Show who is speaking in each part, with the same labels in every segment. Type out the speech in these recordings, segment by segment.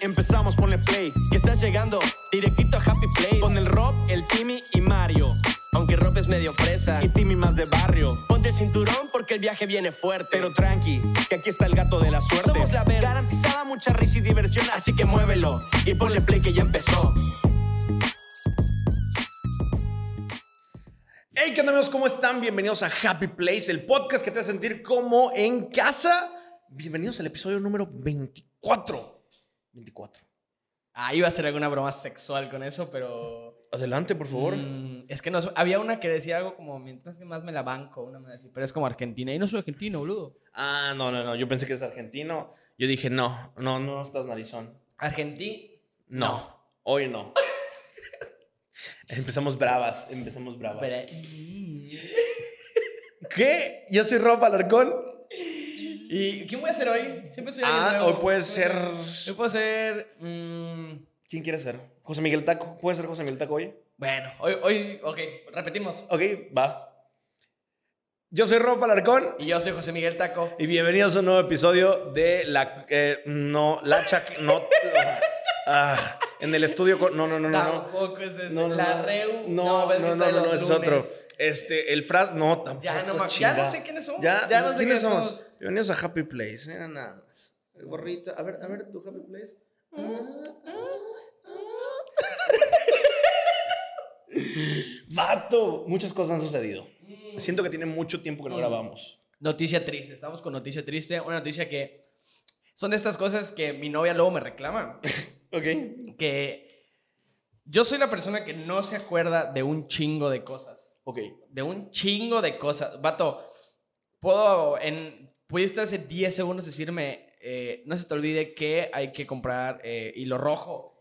Speaker 1: empezamos, ponle play. Que estás llegando directito a Happy Place. Con el Rob, el Timmy y Mario.
Speaker 2: Aunque Rob es medio fresa.
Speaker 1: Y Timmy más de barrio.
Speaker 2: Ponte el cinturón porque el viaje viene fuerte.
Speaker 1: Pero tranqui, que aquí está el gato de la suerte.
Speaker 2: Somos la ver
Speaker 1: Garantizada mucha risa y diversión, así que muévelo. Y ponle play que ya empezó.
Speaker 3: Hey, ¿qué onda amigos? ¿Cómo están? Bienvenidos a Happy Place, el podcast que te hace sentir como en casa. Bienvenidos al episodio número 24. 24.
Speaker 2: Ah, iba a hacer alguna broma sexual con eso, pero.
Speaker 3: Adelante, por favor.
Speaker 2: Mm, es que no. Había una que decía algo como: mientras que más me la banco, una manera así, pero es como Argentina. Y no soy argentino, boludo.
Speaker 3: Ah, no, no, no. Yo pensé que eres argentino. Yo dije, no, no, no estás narizón.
Speaker 2: Argentí.
Speaker 3: No, hoy no. empezamos bravas, empezamos bravas. ¿Qué? Yo soy Rob Alarcón.
Speaker 2: ¿Y quién voy a ser hoy? Siempre soy
Speaker 3: Ah,
Speaker 2: alguien
Speaker 3: hoy
Speaker 2: nuevo.
Speaker 3: puede ser.
Speaker 2: Yo puedo ser. mm,
Speaker 3: ¿Quién quiere ser? José Miguel Taco. ¿Puede ser José Miguel Taco hoy?
Speaker 2: bueno, hoy, hoy. Ok, repetimos.
Speaker 3: Ok, va. Yo soy Rob Alarcón.
Speaker 2: Y yo soy José Miguel Taco.
Speaker 3: Y bienvenidos a un nuevo episodio de la eh, no la chac no ah, en el estudio con, no no no no no
Speaker 2: Tampoco es ese.
Speaker 3: no no,
Speaker 2: la
Speaker 3: no,
Speaker 2: Reu.
Speaker 3: no
Speaker 2: ves
Speaker 3: no
Speaker 2: que
Speaker 3: no no,
Speaker 2: sale
Speaker 3: no,
Speaker 2: los
Speaker 3: es otro
Speaker 2: lunes.
Speaker 3: este el fra no tampoco
Speaker 2: Ya no me- ya
Speaker 3: chinga.
Speaker 2: no sé quiénes somos,
Speaker 3: ya,
Speaker 2: ya no
Speaker 3: quiénes
Speaker 2: sé quiénes
Speaker 3: somos
Speaker 2: somos.
Speaker 3: bienvenidos a Happy Place era nada más El gorrito a ver a ver tu Happy Place Vato, muchas cosas han sucedido.
Speaker 2: Mm.
Speaker 3: Siento que tiene mucho tiempo que no grabamos.
Speaker 2: Noticia triste, estamos con noticia triste, una noticia que son de estas cosas que mi novia luego me reclama,
Speaker 3: Ok.
Speaker 2: que yo soy la persona que no se acuerda de un chingo de cosas,
Speaker 3: Ok.
Speaker 2: de un chingo de cosas. Vato, puedo en pudiste hace 10 segundos decirme, eh, no se te olvide que hay que comprar eh, hilo rojo.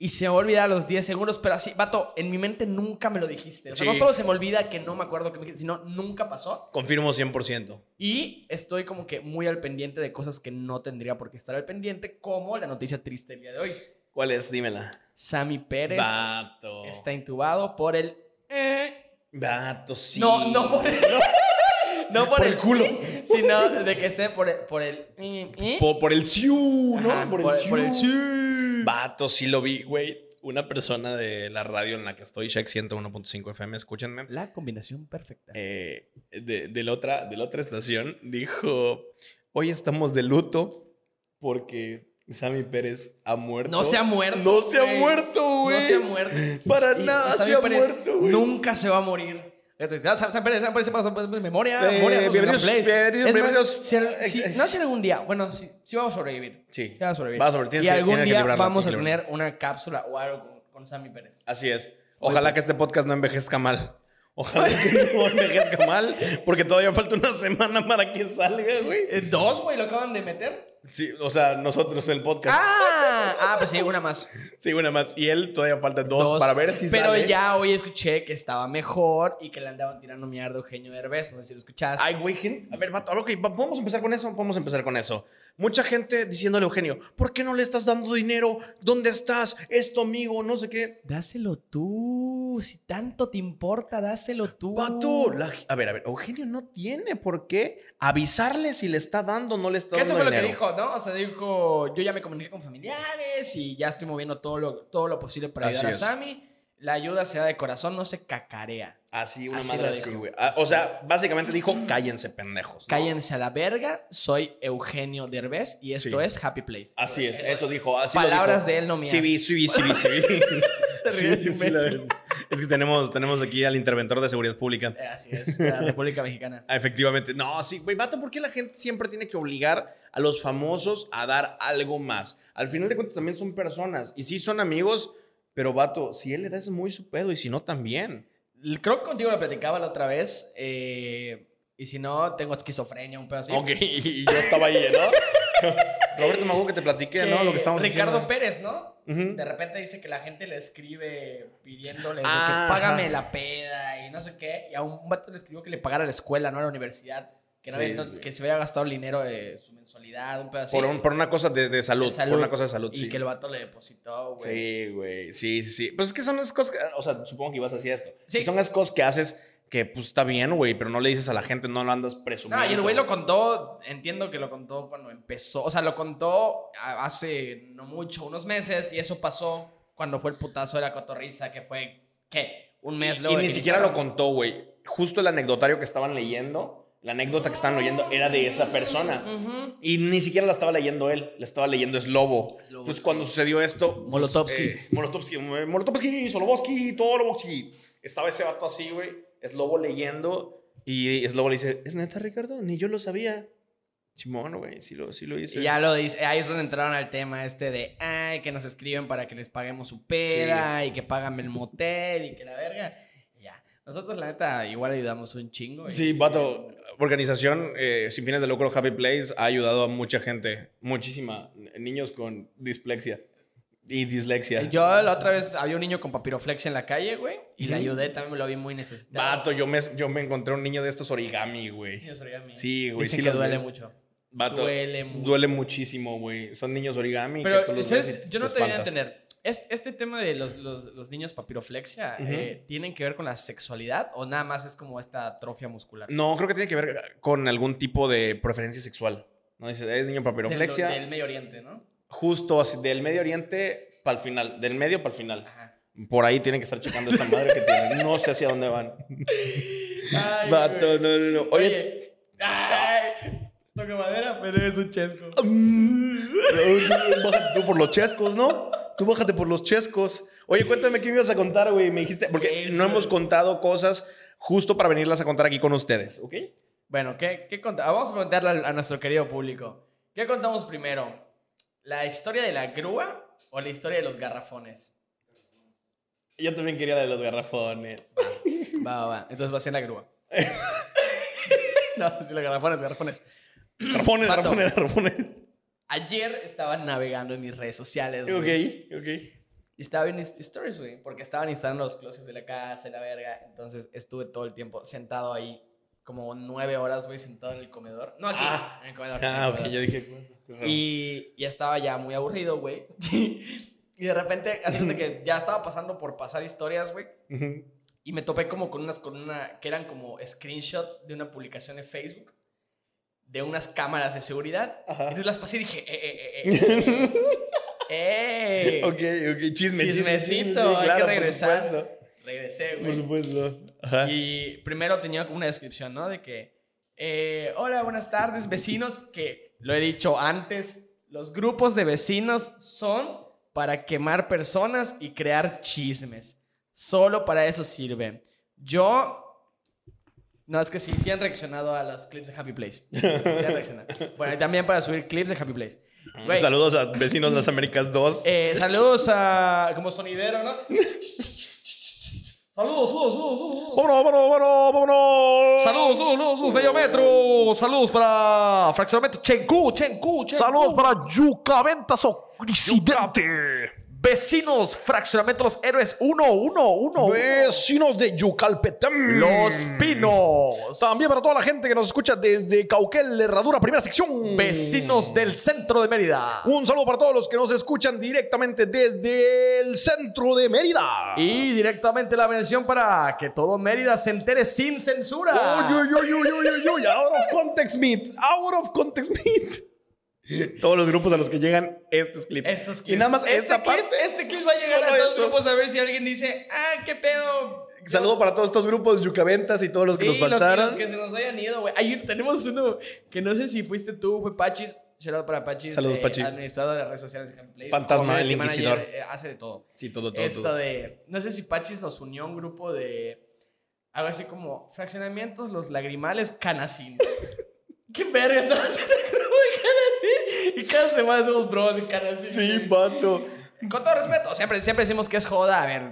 Speaker 2: Y se me olvida a los 10 segundos, pero así, vato, en mi mente nunca me lo dijiste. O sea,
Speaker 3: Sí.
Speaker 2: no solo se me olvida que no me acuerdo que me dijiste, sino nunca pasó.
Speaker 3: Confirmo 100%.
Speaker 2: Y estoy como que muy al pendiente de cosas que no tendría por qué estar al pendiente, como la noticia triste del día de hoy.
Speaker 3: ¿Cuál es? Dímela.
Speaker 2: Sammy Pérez
Speaker 3: Vato.
Speaker 2: está intubado por el... eh,
Speaker 3: Vato, sí.
Speaker 2: No, no por el... No, por,
Speaker 3: Por el culo.
Speaker 2: Sino de que esté por el... Por el eh, eh.
Speaker 3: Po- por el siu, ¿no?
Speaker 2: Ajá,
Speaker 3: por,
Speaker 2: por-
Speaker 3: el siu.
Speaker 2: por el
Speaker 3: Vato, sí lo vi, güey. Una persona de la radio en la que estoy, Shack 101.5 FM, escúchenme.
Speaker 2: La combinación perfecta.
Speaker 3: eh, de, de la otra, de la otra estación, dijo: Hoy estamos de luto porque Sammy Pérez ha muerto.
Speaker 2: No se ha muerto,
Speaker 3: No se ha
Speaker 2: güey.
Speaker 3: muerto, güey.
Speaker 2: No se ha muerto.
Speaker 3: Para
Speaker 2: Y
Speaker 3: nada
Speaker 2: Sammy
Speaker 3: se ha
Speaker 2: Pérez
Speaker 3: muerto, güey.
Speaker 2: Nunca se va a morir. Entonces, ah, Sam- Sam Pérez, Sam Pérez, Sam Pérez, Sam Pérez, memoria,
Speaker 3: Eh,
Speaker 2: memoria, no,
Speaker 3: bienvenidos,
Speaker 2: Sam Pérez.
Speaker 3: bienvenidos,
Speaker 2: Es más,
Speaker 3: bienvenidos.
Speaker 2: si al- si-
Speaker 3: Ex-
Speaker 2: no sé algún día, bueno, sí, sí vamos a sobrevivir.
Speaker 3: Sí.
Speaker 2: Sí va a sobrevivir.
Speaker 3: Vas a sobrevivir, tienes
Speaker 2: y
Speaker 3: que-
Speaker 2: algún
Speaker 3: tienes que
Speaker 2: día
Speaker 3: librarla,
Speaker 2: vamos a
Speaker 3: tienes que
Speaker 2: tener una cápsula o algo con, con Sammy Pérez.
Speaker 3: Así es. Ojalá que este podcast no envejezca mal. Ojalá que no envejezca mal, porque todavía falta una semana para que salga, güey.
Speaker 2: Eh, Dos, güey, lo acaban de meter.
Speaker 3: Sí, o sea, nosotros el podcast.
Speaker 2: Ah, ah, pues sí, una más.
Speaker 3: Sí, una más. Y él todavía falta dos, para ver si
Speaker 2: Pero
Speaker 3: sale.
Speaker 2: ya hoy escuché que estaba mejor y que le andaban tirando mierda a Eugenio Derbez. No sé si lo escuchaste.
Speaker 3: Ay, güey, gente. A ver, vato, ok, va- vamos a empezar con eso, vamos a empezar con eso. Mucha gente diciéndole a Eugenio, ¿por qué no le estás dando dinero? ¿Dónde estás? Esto, amigo, no sé qué.
Speaker 2: Dáselo tú. Si tanto te importa, dáselo tú.
Speaker 3: Vato, la- a ver, a ver, Eugenio no tiene por qué avisarle si le está dando o no le está
Speaker 2: Que
Speaker 3: dando
Speaker 2: eso fue lo que
Speaker 3: dinero.
Speaker 2: dijo, ¿no? O sea, dijo, yo ya me comuniqué con familiares y ya estoy moviendo todo lo, todo lo posible para ayudar
Speaker 3: Así
Speaker 2: a
Speaker 3: es.
Speaker 2: Sammy. La ayuda se da de corazón, no se cacarea.
Speaker 3: Así, una
Speaker 2: Así
Speaker 3: madre
Speaker 2: lo
Speaker 3: así,
Speaker 2: dijo.
Speaker 3: güey. Ah, O sea, básicamente dijo, cállense, pendejos. ¿no?
Speaker 2: Cállense a la verga, soy Eugenio Derbez y esto
Speaker 3: Sí.
Speaker 2: es Happy Place.
Speaker 3: Así es, eso, dijo. Así
Speaker 2: Palabras de él, no mías.
Speaker 3: mías. Sí, vi, sí, vi, sí, vi, sí vi.
Speaker 2: Te
Speaker 3: Sí,
Speaker 2: ríes,
Speaker 3: sí, sí, la
Speaker 2: imbécil.
Speaker 3: verdad. Es que tenemos, tenemos aquí al interventor de seguridad pública.
Speaker 2: Eh, Así es, de la República Mexicana.
Speaker 3: Ah, Efectivamente. No, sí, güey, vato, ¿por qué la gente siempre tiene que obligar a los famosos a dar algo más? Al final de cuentas también son personas y sí son amigos, pero vato, si él le das muy su pedo y si no también.
Speaker 2: Creo que contigo lo platicaba la otra vez. eh, y si no, tengo esquizofrenia, un pedazo.
Speaker 3: Ok, y yo estaba ahí, ¿no? Roberto Mago que te platiqué, ¿no? Lo que estamos
Speaker 2: Ricardo
Speaker 3: haciendo.
Speaker 2: Pérez, ¿no?
Speaker 3: Ujú.
Speaker 2: De repente dice que la gente le escribe pidiéndole de
Speaker 3: Ah,
Speaker 2: que págame
Speaker 3: ajá.
Speaker 2: la peda y no sé qué. Y a un vato le escribió que le pagara la escuela, no a la universidad. Que, no
Speaker 3: Sí,
Speaker 2: había- no-
Speaker 3: sí.
Speaker 2: que se había gastado el dinero de su mensualidad, un pedazo.
Speaker 3: Por,
Speaker 2: así,
Speaker 3: un- por una cosa de, de
Speaker 2: de
Speaker 3: salud, Por una cosa de salud,
Speaker 2: Y
Speaker 3: sí.
Speaker 2: que el vato le depositó, güey.
Speaker 3: Sí, güey. Sí, sí, sí. Pues es que son las cosas que. O sea, supongo que ibas a decir esto.
Speaker 2: Sí.
Speaker 3: Son las cosas que haces Que pues está bien, güey, pero no le dices a la gente, no lo andas presumiendo.
Speaker 2: No, y el güey lo contó, entiendo que lo contó cuando empezó, o sea, lo contó a- hace no mucho, unos meses, y eso pasó cuando fue el putazo de la cotorriza, que fue, ¿qué? Un mes
Speaker 3: Y
Speaker 2: luego de
Speaker 3: ni
Speaker 2: que
Speaker 3: siquiera lo
Speaker 2: iniciaron.
Speaker 3: contó, güey. Justo el anecdotario que estaban leyendo, la anécdota que estaban leyendo era de esa persona. Y ni siquiera la estaba leyendo él, la estaba leyendo Slobo.
Speaker 2: Slobo,
Speaker 3: Entonces,
Speaker 2: sí.
Speaker 3: cuando sucedió esto.
Speaker 2: Molotovsky.
Speaker 3: eh, Molotovsky, eh, Molotovsky, Solobosky, Tolobosky. Estaba ese vato así, güey. Slobo leyendo. Y Slobo le dice: ¿Es neta, Ricardo? Ni yo lo sabía. Simón, güey, sí lo, sí lo hice.
Speaker 2: Y ya lo dice, ahí es donde entraron al tema este de, ay, que nos escriben para que les paguemos su peda y que págame el motel y que la verga. Y ya. Nosotros, la neta, igual ayudamos un chingo. y-
Speaker 3: Sí, vato. Organización eh, Sin Fines de Lucro Happy Place ha ayudado a mucha gente, muchísima. n- Niños con dislexia y dislexia.
Speaker 2: Yo la otra vez había un niño con papiroflexia en la calle, güey, y le ayudé, también lo vi muy necesitado.
Speaker 3: Vato, yo me, yo me encontré un niño de estos origami, güey.
Speaker 2: Niños origami.
Speaker 3: Sí, güey,
Speaker 2: Dicen
Speaker 3: sí
Speaker 2: que
Speaker 3: los
Speaker 2: duele
Speaker 3: vi.
Speaker 2: mucho.
Speaker 3: Vato,
Speaker 2: Duele mucho.
Speaker 3: Duele muchísimo, güey. Son niños origami. que tú
Speaker 2: Pero,
Speaker 3: los ves
Speaker 2: ¿sabes?
Speaker 3: y
Speaker 2: Yo no
Speaker 3: te
Speaker 2: te voy a
Speaker 3: espantas.
Speaker 2: entender. Este, este tema de los, los, los niños papiroflexia,
Speaker 3: Ujú.
Speaker 2: eh, ¿tienen que ver con la sexualidad o nada más es como esta atrofia muscular?
Speaker 3: No, creo que tiene que ver con algún tipo de preferencia sexual. No dices, es niño papiroflexia.
Speaker 2: Del, del Medio Oriente, ¿no?
Speaker 3: Justo así, del Medio Oriente para el final. Del medio para el final.
Speaker 2: Ajá.
Speaker 3: Por ahí tienen que estar checando esa madre que tienen. No sé hacia dónde van. Vato, no, no, no. Oye.
Speaker 2: Ay, toca madera, pero es un chesco.
Speaker 3: Bájate tú por los chescos, ¿no? Tú bájate por los chescos. Oye, cuéntame qué me ibas a contar, güey. Me dijiste, porque
Speaker 2: Eso.
Speaker 3: no hemos contado cosas justo para venirlas a contar aquí con ustedes, ¿ok?
Speaker 2: Bueno, ¿qué, qué conta- ah, Vamos a preguntarle al- a nuestro querido público. ¿Qué contamos primero? ¿La historia de la grúa o la historia de los garrafones?
Speaker 3: Yo también quería la de los garrafones.
Speaker 2: Va, va, va. Entonces va a ser la grúa. no, sí, los garrafones, garrafones.
Speaker 3: Garrafones,
Speaker 2: Pato.
Speaker 3: garrafones, garrafones.
Speaker 2: Ayer estaba navegando en mis redes sociales. güey.
Speaker 3: Ok, ok.
Speaker 2: Y estaba en his- stories, güey, porque estaban instalando los closets de la casa y la verga. Entonces estuve todo el tiempo sentado ahí, como nueve horas, güey, sentado en el comedor. No aquí,
Speaker 3: Ah.
Speaker 2: en el comedor. en el
Speaker 3: Ah, ok,
Speaker 2: comedor.
Speaker 3: yo dije. bueno, qué raro.
Speaker 2: Y, y estaba ya muy aburrido, güey. y de repente, haciendo que ya estaba pasando por pasar historias, güey.
Speaker 3: Ujú.
Speaker 2: Y me topé como con unas, con una, que eran como screenshot de una publicación de Facebook. De unas cámaras de seguridad.
Speaker 3: Ajá.
Speaker 2: Entonces las pasé y dije, eh, eh, eh, eh, eh. ¡Ey!
Speaker 3: Ok, ok, chisme, chisme, chisme,
Speaker 2: Chismecito,
Speaker 3: sí,
Speaker 2: hay
Speaker 3: claro,
Speaker 2: que regresar.
Speaker 3: Por supuesto.
Speaker 2: Regresé,
Speaker 3: Por
Speaker 2: güey.
Speaker 3: supuesto. Ajá.
Speaker 2: Y primero tenía como una descripción, ¿no? De que, eh, hola, buenas tardes, vecinos, que lo he dicho antes, los grupos de vecinos son para quemar personas y crear chismes. Solo para eso sirve. Yo... No, es que sí, sí han reaccionado a los clips de Happy Place. Sí han reaccionado. Bueno, y también para subir clips de Happy Place. Güey,
Speaker 3: Ah, Saludos a vecinos de las Américas 2.
Speaker 2: eh, saludos a... como sonidero, ¿no? Saludos, saludos, saludos, saludos.
Speaker 3: ¡Vámonos, vámonos, vámonos, vámonos!
Speaker 2: Saludos, saludos, saludos, medio metro. Saludos para Fraccionamiento Chenku, Chenku, Chenku.
Speaker 4: Saludos para Yuca Ventas Occidente.
Speaker 2: Vecinos, Fraccionamiento Los Héroes 1, 1, 1.
Speaker 4: Vecinos de Yucalpetén.
Speaker 2: Los Pinos.
Speaker 4: También para toda la gente que nos escucha desde Cauquel, Herradura, primera sección.
Speaker 2: Vecinos del Centro de Mérida.
Speaker 4: Un saludo para todos los que nos escuchan directamente desde el centro de Mérida.
Speaker 2: Y directamente la mención para que todo Mérida se entere sin
Speaker 4: Uy,
Speaker 2: censura.
Speaker 4: uy, uy, uy, uy, uy, uy, out of context meet, out of context meet.
Speaker 3: Todos los grupos a los que llegan estos clips.
Speaker 2: Estos
Speaker 3: Y nada más
Speaker 2: clips.
Speaker 3: esta
Speaker 2: este
Speaker 3: parte.
Speaker 2: clip, este clip va a llegar a
Speaker 3: solo
Speaker 2: todos los
Speaker 3: eso.
Speaker 2: grupos a ver si alguien dice, ah, qué pedo.
Speaker 3: Saludo para todos estos grupos, Yucaventas y todos los que
Speaker 2: Sí,
Speaker 3: nos
Speaker 2: los-
Speaker 3: faltaron.
Speaker 2: Los, que se nos hayan ido, güey. Ahí tenemos uno que no sé si fuiste tú, fue Pachis. Shout out para Pachis. eh,
Speaker 3: Saludos, Pachis.
Speaker 2: Administrador de las redes sociales de Gameplays.
Speaker 3: Fantasma,
Speaker 2: Community
Speaker 3: el
Speaker 2: manager,
Speaker 3: inquisidor.
Speaker 2: eh, hace de todo.
Speaker 3: Sí, todo, todo,
Speaker 2: Esto
Speaker 3: todo.
Speaker 2: de. No sé si Pachis nos unió a un grupo de. Algo así como fraccionamientos, los lagrimales, canacines. ¿Qué verga estamos en el grupo de canacines? Y cada semana hacemos bromas de canacines.
Speaker 3: Sí, vato.
Speaker 2: Con todo respeto, siempre, siempre decimos que es joda. A ver,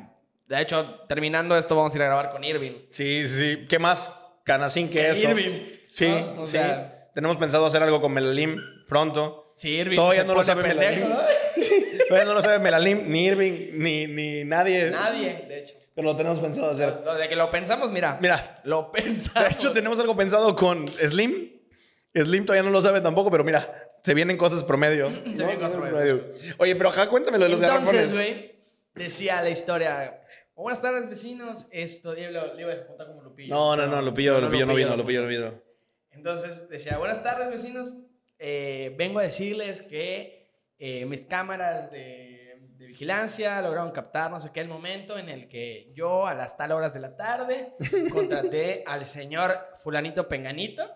Speaker 2: de hecho, terminando esto, vamos a ir a grabar con Irving.
Speaker 3: Sí, sí. ¿Qué más? Canacín que
Speaker 2: Que
Speaker 3: eso.
Speaker 2: Irving,
Speaker 3: Sí,
Speaker 2: ¿no? O
Speaker 3: sí.
Speaker 2: sea-
Speaker 3: Tenemos pensado hacer algo con Melalim pronto.
Speaker 2: Sí, Irving.
Speaker 3: Todavía
Speaker 2: se
Speaker 3: no lo
Speaker 2: pone
Speaker 3: sabe Melalim.
Speaker 2: pendejo, ¿no?
Speaker 3: Todavía no lo sabe Melalim, ni Irving, ni, ni nadie.
Speaker 2: Nadie, de hecho.
Speaker 3: Pero lo tenemos pensado hacer.
Speaker 2: De que lo pensamos, mira.
Speaker 3: Mira,
Speaker 2: Lo
Speaker 3: de
Speaker 2: pensamos.
Speaker 3: hecho tenemos algo pensado con Slim. Slim todavía no lo sabe tampoco, pero mira, se vienen cosas promedio. ¿no?
Speaker 2: vienen cosas
Speaker 3: promedio. Oye, pero ajá, cuéntame lo de los
Speaker 2: Entonces,
Speaker 3: garrafones.
Speaker 2: güey, decía la historia. "Oh, buenas tardes, vecinos. Esto, y lo- le iba a juntar como Lupillo.
Speaker 3: No, no, no, Lupillo, Lupillo no vino,
Speaker 2: lo
Speaker 3: Lupillo no
Speaker 2: puso.
Speaker 3: vino.
Speaker 2: Entonces decía, buenas tardes, vecinos. Eh, vengo a decirles que eh, mis cámaras de, de vigilancia lograron captar no sé qué el momento en el que yo a las tal horas de la tarde contraté al señor fulanito penganito.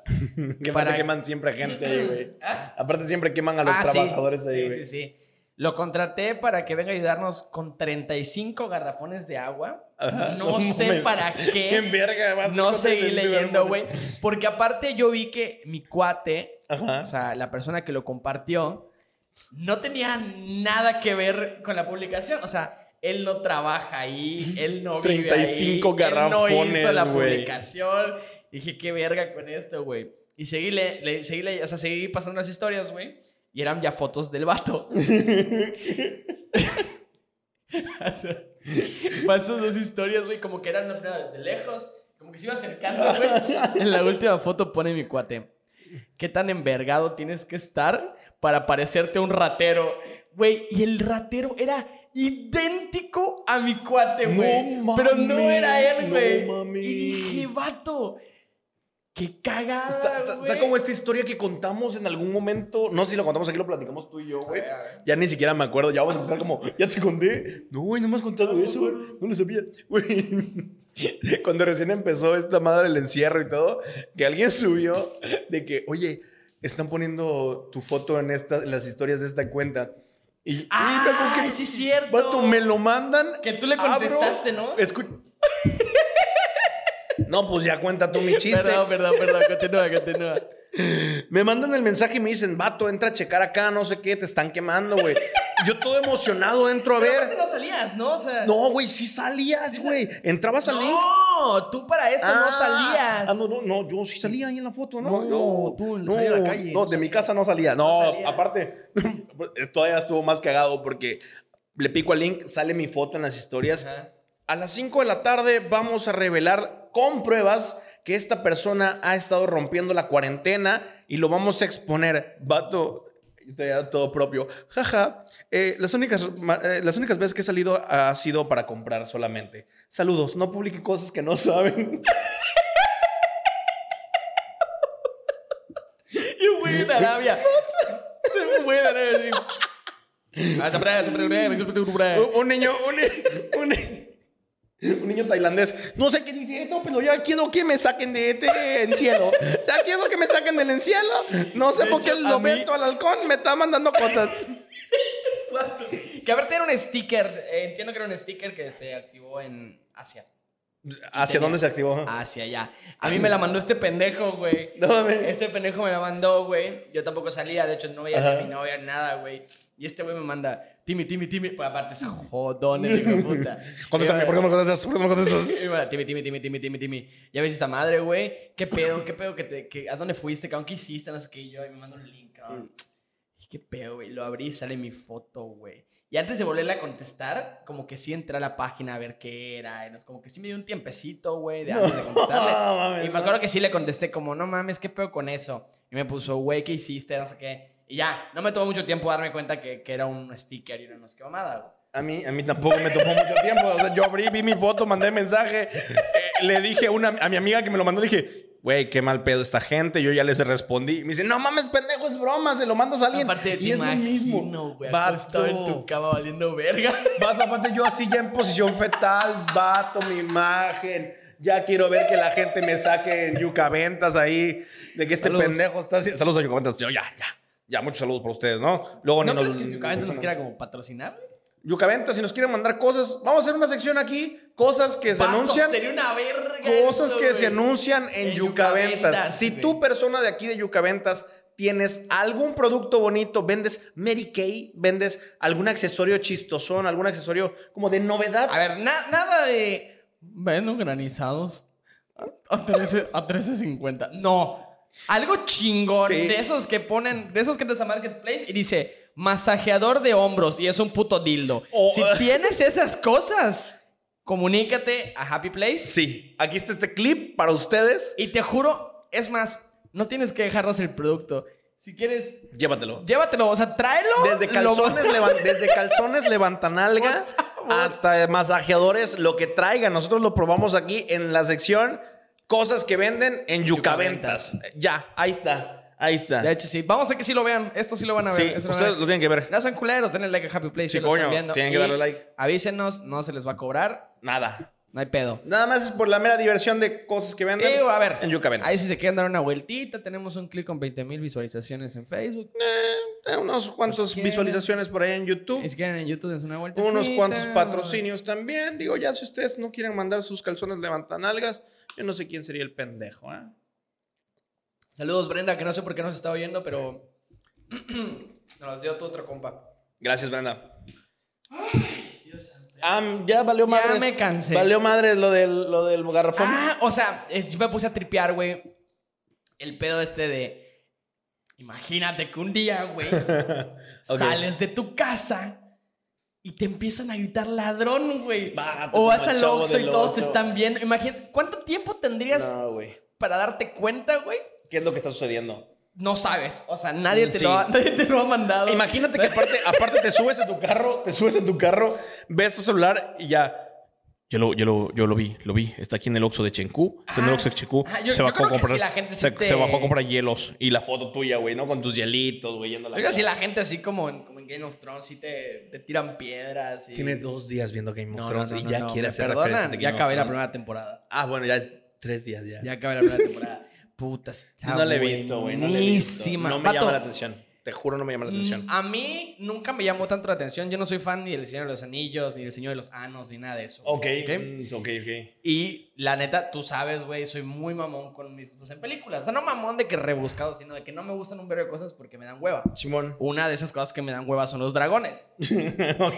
Speaker 3: Que
Speaker 2: Para-
Speaker 3: aparte queman siempre a gente ahí, güey. Aparte siempre queman a los
Speaker 2: Ah, sí.
Speaker 3: trabajadores ahí, güey.
Speaker 2: Sí, sí, sí. Lo contraté para que venga a ayudarnos con 35 garrafones de agua.
Speaker 3: Ajá.
Speaker 2: no sé
Speaker 3: mames.
Speaker 2: para qué.
Speaker 3: ¿Quién verga va a hacer
Speaker 2: No
Speaker 3: cosas este
Speaker 2: seguí
Speaker 3: del
Speaker 2: leyendo,
Speaker 3: Liverpool?
Speaker 2: güey. Porque aparte yo vi que mi cuate,
Speaker 3: Ajá.
Speaker 2: o sea, la persona que lo compartió, no tenía nada que ver con la publicación. O sea, él no trabaja ahí, él no
Speaker 3: 35
Speaker 2: vive ahí, él no hizo
Speaker 3: garrafones,
Speaker 2: la
Speaker 3: güey.
Speaker 2: publicación. Dije, qué verga con esto, güey. Y seguí, le, le- seguí, le- o sea, seguí pasando las historias, güey. Y eran ya fotos del vato. Pasó dos historias, güey, como que eran una de lejos, como que se iba acercando, güey. En la última foto pone mi cuate. ¿Qué tan envergado tienes que estar para parecerte un ratero? Güey, y el ratero era idéntico a mi cuate,
Speaker 3: No
Speaker 2: güey. Pero no
Speaker 3: mames,
Speaker 2: era él,
Speaker 3: no
Speaker 2: güey.
Speaker 3: mames.
Speaker 2: y dije, vato, qué cagada,
Speaker 3: Está, está- está
Speaker 2: Ah, güey".
Speaker 3: como este- esta historia que contamos en algún momento. No sé si lo contamos aquí, lo platicamos tú y yo, güey.
Speaker 2: Ah,
Speaker 3: Ya ni siquiera me acuerdo. Ya vamos a empezar como, ya te conté. No, güey, no me has contado eso, güey. No lo sabía. Güey. Cuando recién empezó esta madre del encierro y todo, que alguien subió de que, oye, están poniendo tu foto en, esta, en las historias de esta cuenta. Y, y
Speaker 2: Ah,
Speaker 3: como que,
Speaker 2: sí es cierto.
Speaker 3: Vato, me lo mandan.
Speaker 2: Que tú le
Speaker 3: abro,
Speaker 2: contestaste, ¿no?
Speaker 3: escu- no, pues ya cuenta tú mi chiste.
Speaker 2: Perdón, perdón, perdón, continúa, continúa.
Speaker 3: Me mandan el mensaje y me dicen, vato, entra a checar acá, no sé qué, te están quemando, güey. Yo todo emocionado entro a
Speaker 2: Pero aparte
Speaker 3: ver.
Speaker 2: no salías, ¿no? O sea,
Speaker 3: No, güey, sí salías, güey. Entrabas al link.
Speaker 2: No, tú para eso no
Speaker 3: Ah,
Speaker 2: salías.
Speaker 3: Ah, no, no, no, yo sí salía ahí en la foto, ¿no?
Speaker 2: No,
Speaker 3: yo,
Speaker 2: tú
Speaker 3: no,
Speaker 2: salías a la calle,
Speaker 3: No,
Speaker 2: no
Speaker 3: de
Speaker 2: salías.
Speaker 3: mi casa no salía. No,
Speaker 2: salías.
Speaker 3: aparte, todavía estuvo más cagado porque le pico al link, sale mi foto en las historias.
Speaker 2: Ajá.
Speaker 3: A las 5 de la tarde vamos a revelar con pruebas que esta persona ha estado rompiendo la cuarentena y lo vamos a exponer. Vato, yo te voy a dar todo propio. Jaja, eh, las, únicas, ma- eh, las únicas veces que he salido ha sido para comprar solamente. Saludos, no publiquen cosas que no saben.
Speaker 2: Y un güey en Arabia. Un güey en Arabia así. Ah, te pre- te pre- pre- te pre- te pre-
Speaker 3: un, un niño, un, ni- un ni- un niño tailandés. No sé qué dice esto, pero yo quiero que me saquen de este encierro. Ya quiero que me saquen del encierro. No sé
Speaker 2: De
Speaker 3: por qué
Speaker 2: hecho,
Speaker 3: el
Speaker 2: a mí-
Speaker 3: Roberto al halcón me está mandando cosas.
Speaker 2: Que aparte era un sticker. eh, entiendo que era un sticker que se activó en Asia.
Speaker 3: ¿Hacia dónde se activó?
Speaker 2: Hacia allá. A mí me la mandó este pendejo, güey.
Speaker 3: No mames.
Speaker 2: Este pendejo me la mandó, güey. Yo tampoco salía, de hecho no veía
Speaker 3: Ajá.
Speaker 2: ni a mi novia ni nada, güey. Y este güey me manda, Timmy, Timmy, Timmy. Pues aparte es jodón, el hijo de puta.
Speaker 4: Contéstame,
Speaker 2: Y
Speaker 4: ¿por
Speaker 2: yo-
Speaker 4: qué no contestas? ¿Por qué no
Speaker 2: Y
Speaker 4: contestas?
Speaker 2: bueno, Timmy, Timmy, Timmy, Timmy, Timmy, Timmy. Ya ves esta madre, güey. ¿Qué pedo? ¿Qué pedo? ¿Qué te, qué- ¿A dónde fuiste, cabrón? ¿Qué hiciste? No sé qué. Y yo, y me manda un link,
Speaker 3: Mm.
Speaker 2: cabrón. Y ¿Qué pedo, güey? Lo abrí y sale mi foto, güey. Y antes de volverle a contestar, como que sí entré a la página a ver qué era. y no sé, como que sí me dio un tiempecito, güey, de antes de contestarle.
Speaker 3: No, mames,
Speaker 2: y me acuerdo que sí le contesté como, no mames, ¿qué pedo con eso? Y me puso, güey, ¿qué hiciste? No sé qué. Y ya, no me tomó mucho tiempo darme cuenta que, que era un sticker y una no sé qué mamada, güey.
Speaker 3: A mí, a mí tampoco me tomó mucho tiempo. O sea, yo abrí, vi mi foto, mandé mensaje. Eh, le dije a, una, a mi amiga que me lo mandó, le dije, güey, qué mal pedo esta gente. Yo ya les respondí. Me dice, no mames, pendejo, es broma, se lo mandas a alguien.
Speaker 2: Aparte, te
Speaker 3: y es lo
Speaker 2: imagino,
Speaker 3: mismo.
Speaker 2: güey,
Speaker 3: Vato.
Speaker 2: acostado en tu cama valiendo verga.
Speaker 3: Vato, aparte yo así ya en posición fetal, vato, mi imagen. Ya quiero ver que la gente me saque en yucaventas ahí, de que este
Speaker 2: Saludos.
Speaker 3: pendejo está así. Saludos a yucaventas. Yo, ya, ya. Ya, muchos saludos para ustedes, ¿no? Luego
Speaker 2: ¿No
Speaker 3: ni nos-
Speaker 2: crees que Yucavento nos quiera como patrocinar? güey?
Speaker 3: Yucaventa, si nos quieren mandar cosas, vamos a hacer una sección aquí, cosas que se
Speaker 2: Vato,
Speaker 3: anuncian,
Speaker 2: Sería una verga.
Speaker 3: cosas
Speaker 2: eso,
Speaker 3: que
Speaker 2: güey.
Speaker 3: se anuncian en,
Speaker 2: En
Speaker 3: Yucaventas.
Speaker 2: Yucaventas,
Speaker 3: Si
Speaker 2: güey.
Speaker 3: tú persona de aquí de Yucaventas tienes algún producto bonito, vendes Mary Kay, vendes algún accesorio chistosón, algún accesorio como de novedad.
Speaker 2: A ver, na- nada de. Vendo granizados a, 13 a 13.50. No. Algo chingón
Speaker 3: Sí.
Speaker 2: de esos que ponen, de esos que te a Marketplace y dice masajeador de hombros y es un puto dildo.
Speaker 3: O-
Speaker 2: si tienes esas cosas, comunícate a Happy Place.
Speaker 3: Sí, aquí está este clip para ustedes.
Speaker 2: Y te juro, es más, no tienes que dejarnos el producto. Si quieres,
Speaker 3: Llévatelo.
Speaker 2: llévatelo, o sea, tráelo.
Speaker 3: Desde
Speaker 2: lo-
Speaker 3: calzones, levan- desde calzones levantanalga hasta masajeadores, lo que traigan. Nosotros lo probamos aquí en la sección cosas que venden en Yucaventas. Ya, ahí está, ahí está.
Speaker 2: De hecho, sí. Vamos a que sí lo vean. Esto sí lo van a
Speaker 3: Sí,
Speaker 2: ver. eso lo van a
Speaker 3: ustedes
Speaker 2: ver.
Speaker 3: lo tienen que ver.
Speaker 2: No son culeros, denle like a Happy Place.
Speaker 3: Sí,
Speaker 2: si lo están
Speaker 3: coño,
Speaker 2: viendo.
Speaker 3: tienen que
Speaker 2: Y
Speaker 3: darle like.
Speaker 2: Avísenos, no se les va a cobrar.
Speaker 3: Nada.
Speaker 2: No hay pedo.
Speaker 3: Nada más es por la mera diversión de cosas que venden
Speaker 2: Eh, a ver,
Speaker 3: en Yucaventas.
Speaker 2: ahí si se quieren dar una vueltita, tenemos un clic con 20 mil visualizaciones en Facebook.
Speaker 3: Eh, unos cuantos
Speaker 2: Pues, ¿quién?
Speaker 3: visualizaciones por ahí en YouTube.
Speaker 2: Y si quieren en YouTube, es una vuelta.
Speaker 3: Uh. unos cuantos patrocinios también. Digo, ya si ustedes no quieren mandar sus calzones levantan algas, yo no sé quién sería el pendejo, ¿eh?
Speaker 2: Saludos, Brenda, que no sé por qué nos está oyendo, pero nos dio tu otro compa.
Speaker 3: Gracias, Brenda. Am, ya valió
Speaker 2: Ya
Speaker 3: madres.
Speaker 2: me cansé.
Speaker 3: Valió madres lo del, lo del garrafón.
Speaker 2: Ah, o sea, es- yo me puse a tripear, güey. El pedo este de. Imagínate que un día, güey, sales de tu casa y te empiezan a gritar ladrón, güey.
Speaker 3: Vato,
Speaker 2: O
Speaker 3: como
Speaker 2: vas
Speaker 3: el
Speaker 2: al
Speaker 3: chavo
Speaker 2: Oxxo y
Speaker 3: del
Speaker 2: todos te
Speaker 3: Oxxo.
Speaker 2: están viendo. Imagínate, ¿cuánto tiempo tendrías
Speaker 3: No, güey.
Speaker 2: para darte cuenta, güey?
Speaker 3: ¿Qué es lo que está sucediendo?
Speaker 2: No sabes. O sea, nadie te,
Speaker 3: Mm, Sí.
Speaker 2: lo, ha, nadie te lo ha mandado.
Speaker 3: Imagínate que aparte, aparte te subes a tu carro, te subes a tu carro, ves tu celular y ya. Yo lo, yo lo, yo lo vi, lo vi. Está aquí en el Oxxo de Chencú. Está en el
Speaker 2: Ajá.
Speaker 3: Oxxo de Chencú.
Speaker 2: Ajá, Ah. yo-
Speaker 3: se
Speaker 2: yo
Speaker 3: bajó
Speaker 2: creo
Speaker 3: a
Speaker 2: que
Speaker 3: comprar.
Speaker 2: sí, la gente sí
Speaker 3: se,
Speaker 2: te-
Speaker 3: se bajó a comprar hielos. Y la foto tuya, güey, ¿no? Con tus hielitos, güey, yendo a la.
Speaker 2: Oiga, si la gente así como en, como en Game of Thrones sí te, te tiran piedras. Y...
Speaker 3: Tiene dos días viendo Game of
Speaker 2: No, no,
Speaker 3: Thrones
Speaker 2: no,
Speaker 3: y
Speaker 2: no,
Speaker 3: ya
Speaker 2: no,
Speaker 3: quiere
Speaker 2: me
Speaker 3: hacer
Speaker 2: perdonan,
Speaker 3: referencia de
Speaker 2: Ya
Speaker 3: Game of
Speaker 2: acabé la
Speaker 3: Thrones.
Speaker 2: primera temporada.
Speaker 3: Ah, bueno, ya es tres días ya.
Speaker 2: Ya acabé la primera temporada. Puta, está
Speaker 3: Yo no la he visto, güey. No la he visto.
Speaker 2: buenísima.
Speaker 3: No me
Speaker 2: Vato,
Speaker 3: llama la atención. Te juro, no me llama la atención.
Speaker 2: mm, A mí nunca me llamó tanto la atención. Yo no soy fan ni del Señor de los Anillos, ni del Señor de los Anos, ni nada de eso.
Speaker 3: Ok,
Speaker 2: güey, ¿ok?
Speaker 3: mm, ok, ok.
Speaker 2: Y la neta, tú sabes, güey, soy muy mamón con mis gustos en películas. O sea, no mamón de que rebuscado, sino de que no me gustan un verbo de cosas porque me dan hueva.
Speaker 3: Simón.
Speaker 2: Una de esas cosas que me dan hueva son los dragones.
Speaker 3: Ok.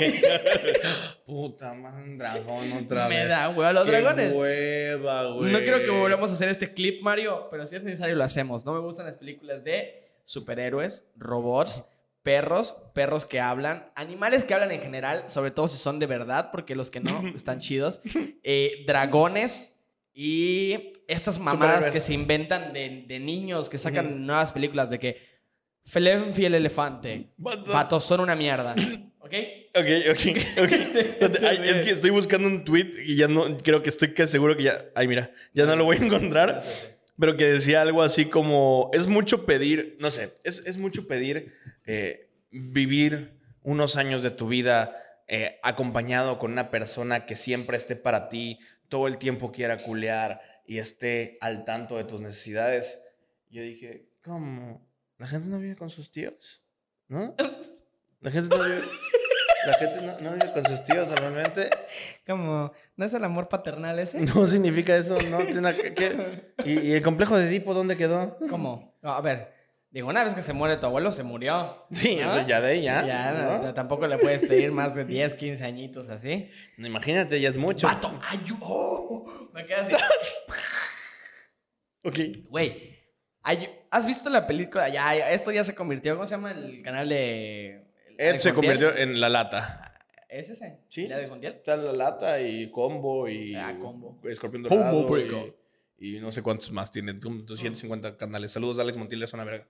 Speaker 3: Puta madre, un dragón otra
Speaker 2: Me
Speaker 3: vez.
Speaker 2: da hueva los
Speaker 3: Qué
Speaker 2: dragones.
Speaker 3: hueva, güey.
Speaker 2: No creo que volvamos a hacer este clip, Mario, pero si es necesario lo hacemos. No me gustan las películas de superhéroes, robots, perros, perros que hablan, animales que hablan en general, sobre todo si son de verdad, porque los que no están chidos, eh, dragones y estas mamadas
Speaker 3: Superhéroes.
Speaker 2: que se inventan de, de niños, que sacan nuevas películas de que Felen y el elefante,
Speaker 3: Vato.
Speaker 2: patos son una mierda, ¿ok?
Speaker 3: Ok, ok, ok. Ay, es que estoy buscando un tweet y ya no. Creo que estoy que seguro que ya. Ay, mira, ya no lo voy a encontrar. Pero que decía algo así como: es mucho pedir, no sé, es, es mucho pedir eh, vivir unos años de tu vida eh, acompañado con una persona que siempre esté para ti, todo el tiempo quiera culear y esté al tanto de tus necesidades. Yo dije: ¿Cómo? ¿La gente no vive con sus tíos? ¿No? La gente no vive, la gente no, no vive con sus tíos normalmente.
Speaker 2: Como, ¿no es el amor paternal ese?
Speaker 3: No significa eso, no tiene nada que- que- ¿Y, y el complejo de Edipo dónde quedó?
Speaker 2: ¿Cómo? No, A ver, digo, una vez que se muere tu abuelo, se murió.
Speaker 3: Sí,
Speaker 2: ¿no?
Speaker 3: o sea, ya de ahí, ya.
Speaker 2: Ya,
Speaker 3: ¿no?
Speaker 2: no, tampoco le puedes pedir más de 10, 15 añitos así.
Speaker 3: Imagínate, ya es mucho.
Speaker 2: ¡Pato! ayu- ¡Oh! Me quedé así.
Speaker 3: Ok.
Speaker 2: Güey, ayu- ¿has visto la película? Ya, ya, esto ya se convirtió, ¿cómo se llama el canal de...
Speaker 3: Él
Speaker 2: Alex
Speaker 3: se
Speaker 2: Montiel?
Speaker 3: convirtió en la lata.
Speaker 2: ¿Es ese?
Speaker 3: Sí.
Speaker 2: ¿El de Alex Montiel?
Speaker 3: Está la lata y combo y.
Speaker 2: Ah, Combo.
Speaker 3: Escorpión
Speaker 2: Combo pues,
Speaker 3: dorado.
Speaker 2: breakout.
Speaker 3: y, y no sé cuántos más tiene. tú- 250 canales. Saludos, Alex Montiel, es una verga.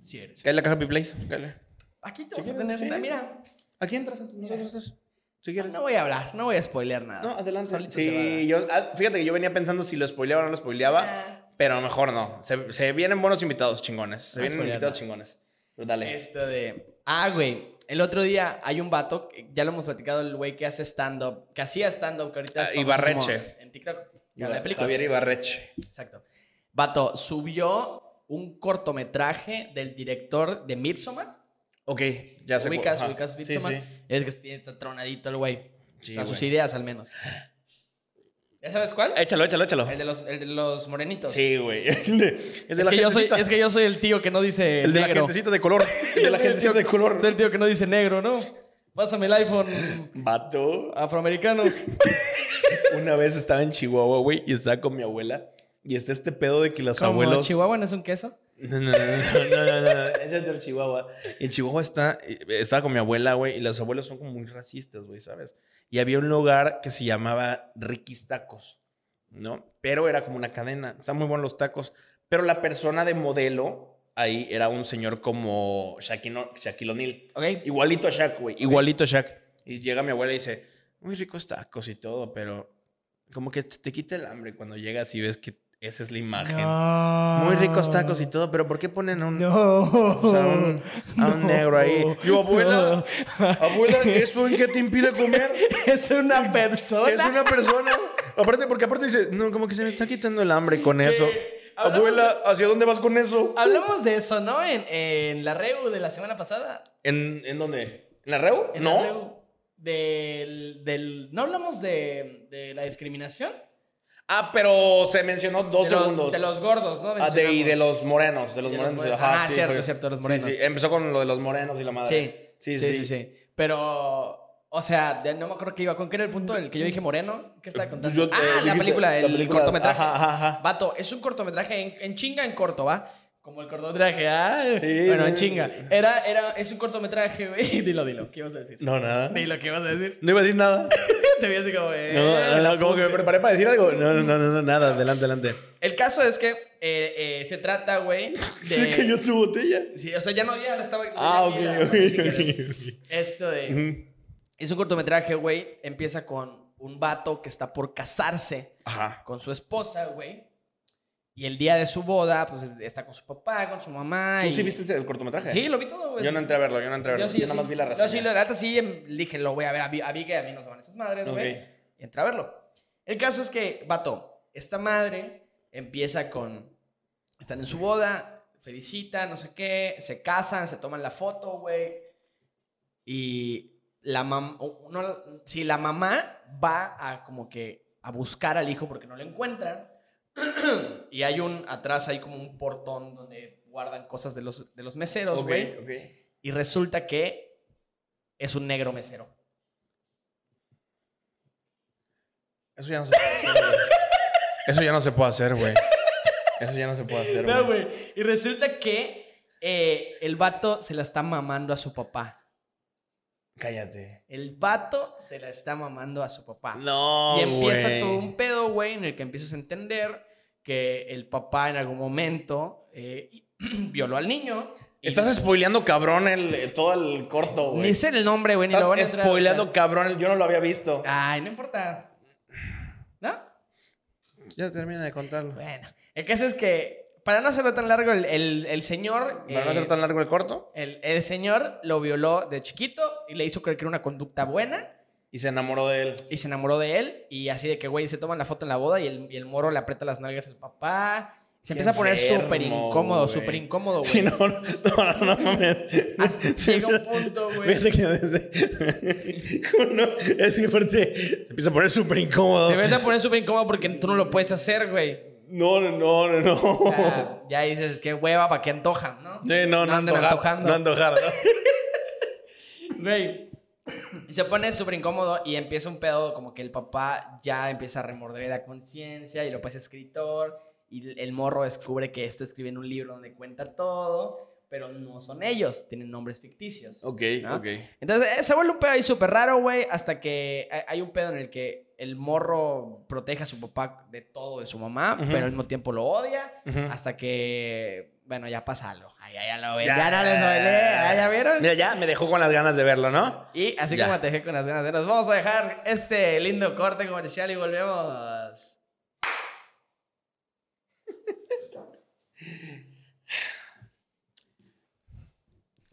Speaker 2: Sí, eres.
Speaker 3: Cállale acá, Happy Place. Cállale.
Speaker 2: Aquí te
Speaker 3: Sí,
Speaker 2: vas a
Speaker 3: sí,
Speaker 2: tener...
Speaker 3: sí.
Speaker 2: Mira,
Speaker 3: Aquí entras, nosotros dos. Si quieres.
Speaker 2: no voy a hablar, Ah, no voy a spoilear nada.
Speaker 3: No, adelante.
Speaker 2: Solito se va a dar.
Speaker 3: Sí, yo, ah, fíjate que yo venía pensando si lo spoileaba o no lo spoileaba,
Speaker 2: Ah.
Speaker 3: pero mejor no. Se, se vienen buenos invitados chingones. Se
Speaker 2: Ah,
Speaker 3: vienen
Speaker 2: spoilear,
Speaker 3: invitados
Speaker 2: no.
Speaker 3: chingones. Pero dale.
Speaker 2: Esto de. Ah, güey. El otro día hay un vato, que ya lo hemos platicado, el güey que hace stand-up, que hacía stand-up, que ahorita es
Speaker 3: Ah, Ibarreche.
Speaker 2: famosísimo En TikTok. En
Speaker 3: Iba-
Speaker 2: la película.
Speaker 3: Javier Ibarreche.
Speaker 2: Exacto. Vato, subió un cortometraje del director de Midsommar.
Speaker 3: Ok, ya se
Speaker 2: ubicas,
Speaker 3: Ajá.
Speaker 2: ubicas
Speaker 3: Sí,
Speaker 2: Midsommar.
Speaker 3: sí.
Speaker 2: Es que tiene tan tronadito el güey.
Speaker 3: Sí,
Speaker 2: o sea, sus
Speaker 3: güey.
Speaker 2: ideas al menos. ¿Ya sabes cuál?
Speaker 3: Échalo, échalo, échalo.
Speaker 2: El de los, el de los morenitos.
Speaker 3: Sí, güey. El de, el de
Speaker 2: Es,
Speaker 3: la
Speaker 2: que yo soy,
Speaker 3: gentecita.
Speaker 2: es que yo soy el tío que no dice
Speaker 3: el de la
Speaker 2: negro.
Speaker 3: gentecita de color. El de la gentecita de color.
Speaker 2: Soy el tío que no dice negro, ¿no? Pásame el iPhone
Speaker 3: Vato.
Speaker 2: afroamericano.
Speaker 3: Una vez estaba en Chihuahua, güey, y estaba con mi abuela. Y está este pedo de que los
Speaker 2: Como
Speaker 3: abuelos.
Speaker 2: Chihuahua no es un queso.
Speaker 3: No, no, no, no, no, no, no, no, ese es del Chihuahua. En Chihuahua está, eh, estaba con mi abuela, güey, y los abuelos son como muy racistas, güey, ¿sabes? Y había un lugar que se llamaba Ricky's Tacos, ¿no? Pero era como una cadena, están muy buenos los tacos. Pero la persona de modelo ahí era un señor como Shaquille O- Shaquille O'Neal.
Speaker 2: Ok.
Speaker 3: Igualito a Shaq, güey, igualito a Shaq. Y Y llega mi abuela y dice, muy ricos tacos y todo, pero como que te, te quita el hambre cuando llegas y ves que esa es la imagen. Ah, Muy
Speaker 2: Ah.
Speaker 3: ricos tacos y todo, pero ¿por qué ponen a un,
Speaker 5: No.
Speaker 3: o sea, a un- a un negro ahí? Yo, abuela, abuela, ¿eso en qué te impide comer?
Speaker 2: Es una persona.
Speaker 3: Es una persona. Aparte, porque aparte dice, no, como que se me está quitando el hambre con eso.
Speaker 2: hablamos
Speaker 3: Abuela, ¿hacia dónde vas con eso?
Speaker 2: Hablamos de eso, ¿no? En, en la reu de la semana pasada.
Speaker 3: ¿En, en dónde? ¿En la REU?
Speaker 2: En la
Speaker 3: no.
Speaker 2: reu del, del- ¿No hablamos de, de la discriminación?
Speaker 3: Ah, pero se mencionó dos
Speaker 2: de los,
Speaker 3: segundos.
Speaker 2: De los gordos, ¿no?
Speaker 3: Ah, de, y de
Speaker 2: Mencionamos.
Speaker 3: los morenos, de los
Speaker 2: De los
Speaker 3: morenos.
Speaker 2: morenos.
Speaker 3: Ajá,
Speaker 2: Ah,
Speaker 3: sí,
Speaker 2: cierto,
Speaker 3: fue-
Speaker 2: cierto, los
Speaker 3: sí,
Speaker 2: morenos.
Speaker 3: sí, empezó con lo de los morenos y la madre.
Speaker 2: Sí, sí, sí, sí, Pero, o sea, de- no me acuerdo que iba. ¿Con qué era el punto? El que yo dije moreno. ¿Qué estaba contando?
Speaker 3: Eh, pues Yo te-
Speaker 2: ah, la
Speaker 3: dijiste,
Speaker 2: película,
Speaker 3: la
Speaker 2: el
Speaker 3: película,
Speaker 2: cortometraje.
Speaker 3: ajá, ajá, ajá.
Speaker 2: Vato, es un cortometraje en, en chinga, en corto, ¿va? Como el cortometraje, ah.
Speaker 3: Sí,
Speaker 2: bueno,
Speaker 3: sí.
Speaker 2: en chinga. Era, era, es un cortometraje, güey. Dilo, dilo. ¿Qué ibas a decir?
Speaker 3: No, nada.
Speaker 2: Dilo, ¿qué ibas a decir?
Speaker 3: No iba a decir nada.
Speaker 2: Te vi así como, eh,
Speaker 3: No, no,
Speaker 2: la
Speaker 3: no, como que me preparé para decir algo. No, no, no, no, no, nada. Adelante, adelante.
Speaker 2: El caso es que eh, eh, se trata, güey. De...
Speaker 3: Se cayó tu botella.
Speaker 2: Sí, o sea, ya no había, la estaba.
Speaker 3: Ah, ok,
Speaker 2: la-
Speaker 3: ok,
Speaker 2: si
Speaker 3: ok,
Speaker 2: quieres. Esto de. Es un cortometraje, güey. Empieza con un vato que está por casarse
Speaker 3: Ajá.
Speaker 2: con su esposa, güey. Y el día de su boda, pues está con su papá, con su mamá.
Speaker 3: ¿Tú
Speaker 2: y-
Speaker 3: sí viste el cortometraje?
Speaker 2: Sí, lo vi todo, güey.
Speaker 3: Yo no entré a verlo, yo no entré a verlo. Yo,
Speaker 2: sí, yo
Speaker 3: nada
Speaker 2: sí.
Speaker 3: más vi la
Speaker 2: Yo
Speaker 3: reseña.
Speaker 2: sí, la neta sí em, dije, lo voy a ver a Vi, a Vi que a mí nos van esas madres,
Speaker 3: Ok.
Speaker 2: güey. Y entré a verlo. El caso es que, vato, esta madre empieza con. Están en su boda, felicitan, no sé qué, se casan, se toman la foto, güey. Y la mamá. si la mamá va a como que a buscar al hijo porque no lo encuentran. y hay un. Atrás hay como un portón donde guardan cosas de los, de los meseros,
Speaker 3: Ok,
Speaker 2: güey.
Speaker 3: ok.
Speaker 2: Y resulta que es un negro mesero.
Speaker 3: Eso ya no se puede hacer, güey. Eso ya no se puede hacer, güey. Eso ya no se puede hacer,
Speaker 2: No,
Speaker 3: güey.
Speaker 2: güey. Y resulta que eh, el vato se la está mamando a su papá.
Speaker 3: Cállate.
Speaker 2: El vato se la está mamando a su papá.
Speaker 3: No,
Speaker 2: y empieza
Speaker 3: güey.
Speaker 2: todo un pedo, güey, en el que empiezas a entender que el papá en algún momento eh, violó al niño. y-
Speaker 3: Estás spoileando cabrón el, eh, todo el corto, güey.
Speaker 2: Ni sé el nombre, güey, ni lo van a
Speaker 3: Estás
Speaker 2: entrar,
Speaker 3: spoileando
Speaker 2: o
Speaker 3: cabrón. el- Yo no lo había visto.
Speaker 2: sea. Ay, no importa. ¿No?
Speaker 3: Ya termina de contarlo.
Speaker 2: Bueno, el caso es que, para no hacerlo tan largo, el, el- el señor...
Speaker 3: Para no
Speaker 2: eh,
Speaker 3: hacer tan largo el corto.
Speaker 2: el, el señor lo violó de chiquito y le hizo creer que era una conducta buena
Speaker 3: Y se enamoró de él.
Speaker 2: y se enamoró de él. Y así de que, güey, se toman la foto en la boda y el, y el moro le aprieta las nalgas al papá.
Speaker 3: Qué
Speaker 2: Se empieza a poner
Speaker 3: enfermo,
Speaker 2: súper incómodo,
Speaker 3: güey.
Speaker 2: súper incómodo, güey.
Speaker 3: Sí, no, no, no, no, no mames.
Speaker 2: Hasta
Speaker 3: Sí,
Speaker 2: llega un punto, güey.
Speaker 3: Fíjate que desde... Uno, es que aparte se empieza a poner súper incómodo.
Speaker 2: Se empieza a poner súper incómodo porque tú no lo puedes hacer, güey.
Speaker 3: No, no, no, no, no.
Speaker 2: O sea, ya dices, qué hueva, ¿para qué antojan, Ah. no?
Speaker 3: Eh, no, no,
Speaker 2: anden
Speaker 3: antojar,
Speaker 2: antojando.
Speaker 3: No antojar. ¿no?
Speaker 2: Güey. Y se pone súper incómodo y empieza un pedo como que el papá ya empieza a remorder la conciencia y lo pasa escritor y el morro descubre que está escribiendo un libro donde cuenta todo, pero no son ellos, tienen nombres ficticios.
Speaker 3: Ok,
Speaker 2: ¿no?
Speaker 3: ok.
Speaker 2: Entonces eh, se vuelve un pedo ahí súper raro, güey, hasta que hay- hay un pedo en el que el morro protege a su papá de todo de su mamá,
Speaker 3: Ujú.
Speaker 2: pero al mismo tiempo lo odia,
Speaker 3: Ujú.
Speaker 2: hasta que, bueno, ya pasa algo. Ay, ya, ya lo ven,
Speaker 3: Ya.
Speaker 2: ya, no les duele, ah, ya vieron.
Speaker 3: Mira, ya me dejó con las ganas de verlo, ¿no?
Speaker 2: Y así
Speaker 3: Ya.
Speaker 2: como te dejé con las ganas de nos vamos a dejar este lindo corte comercial y volvemos.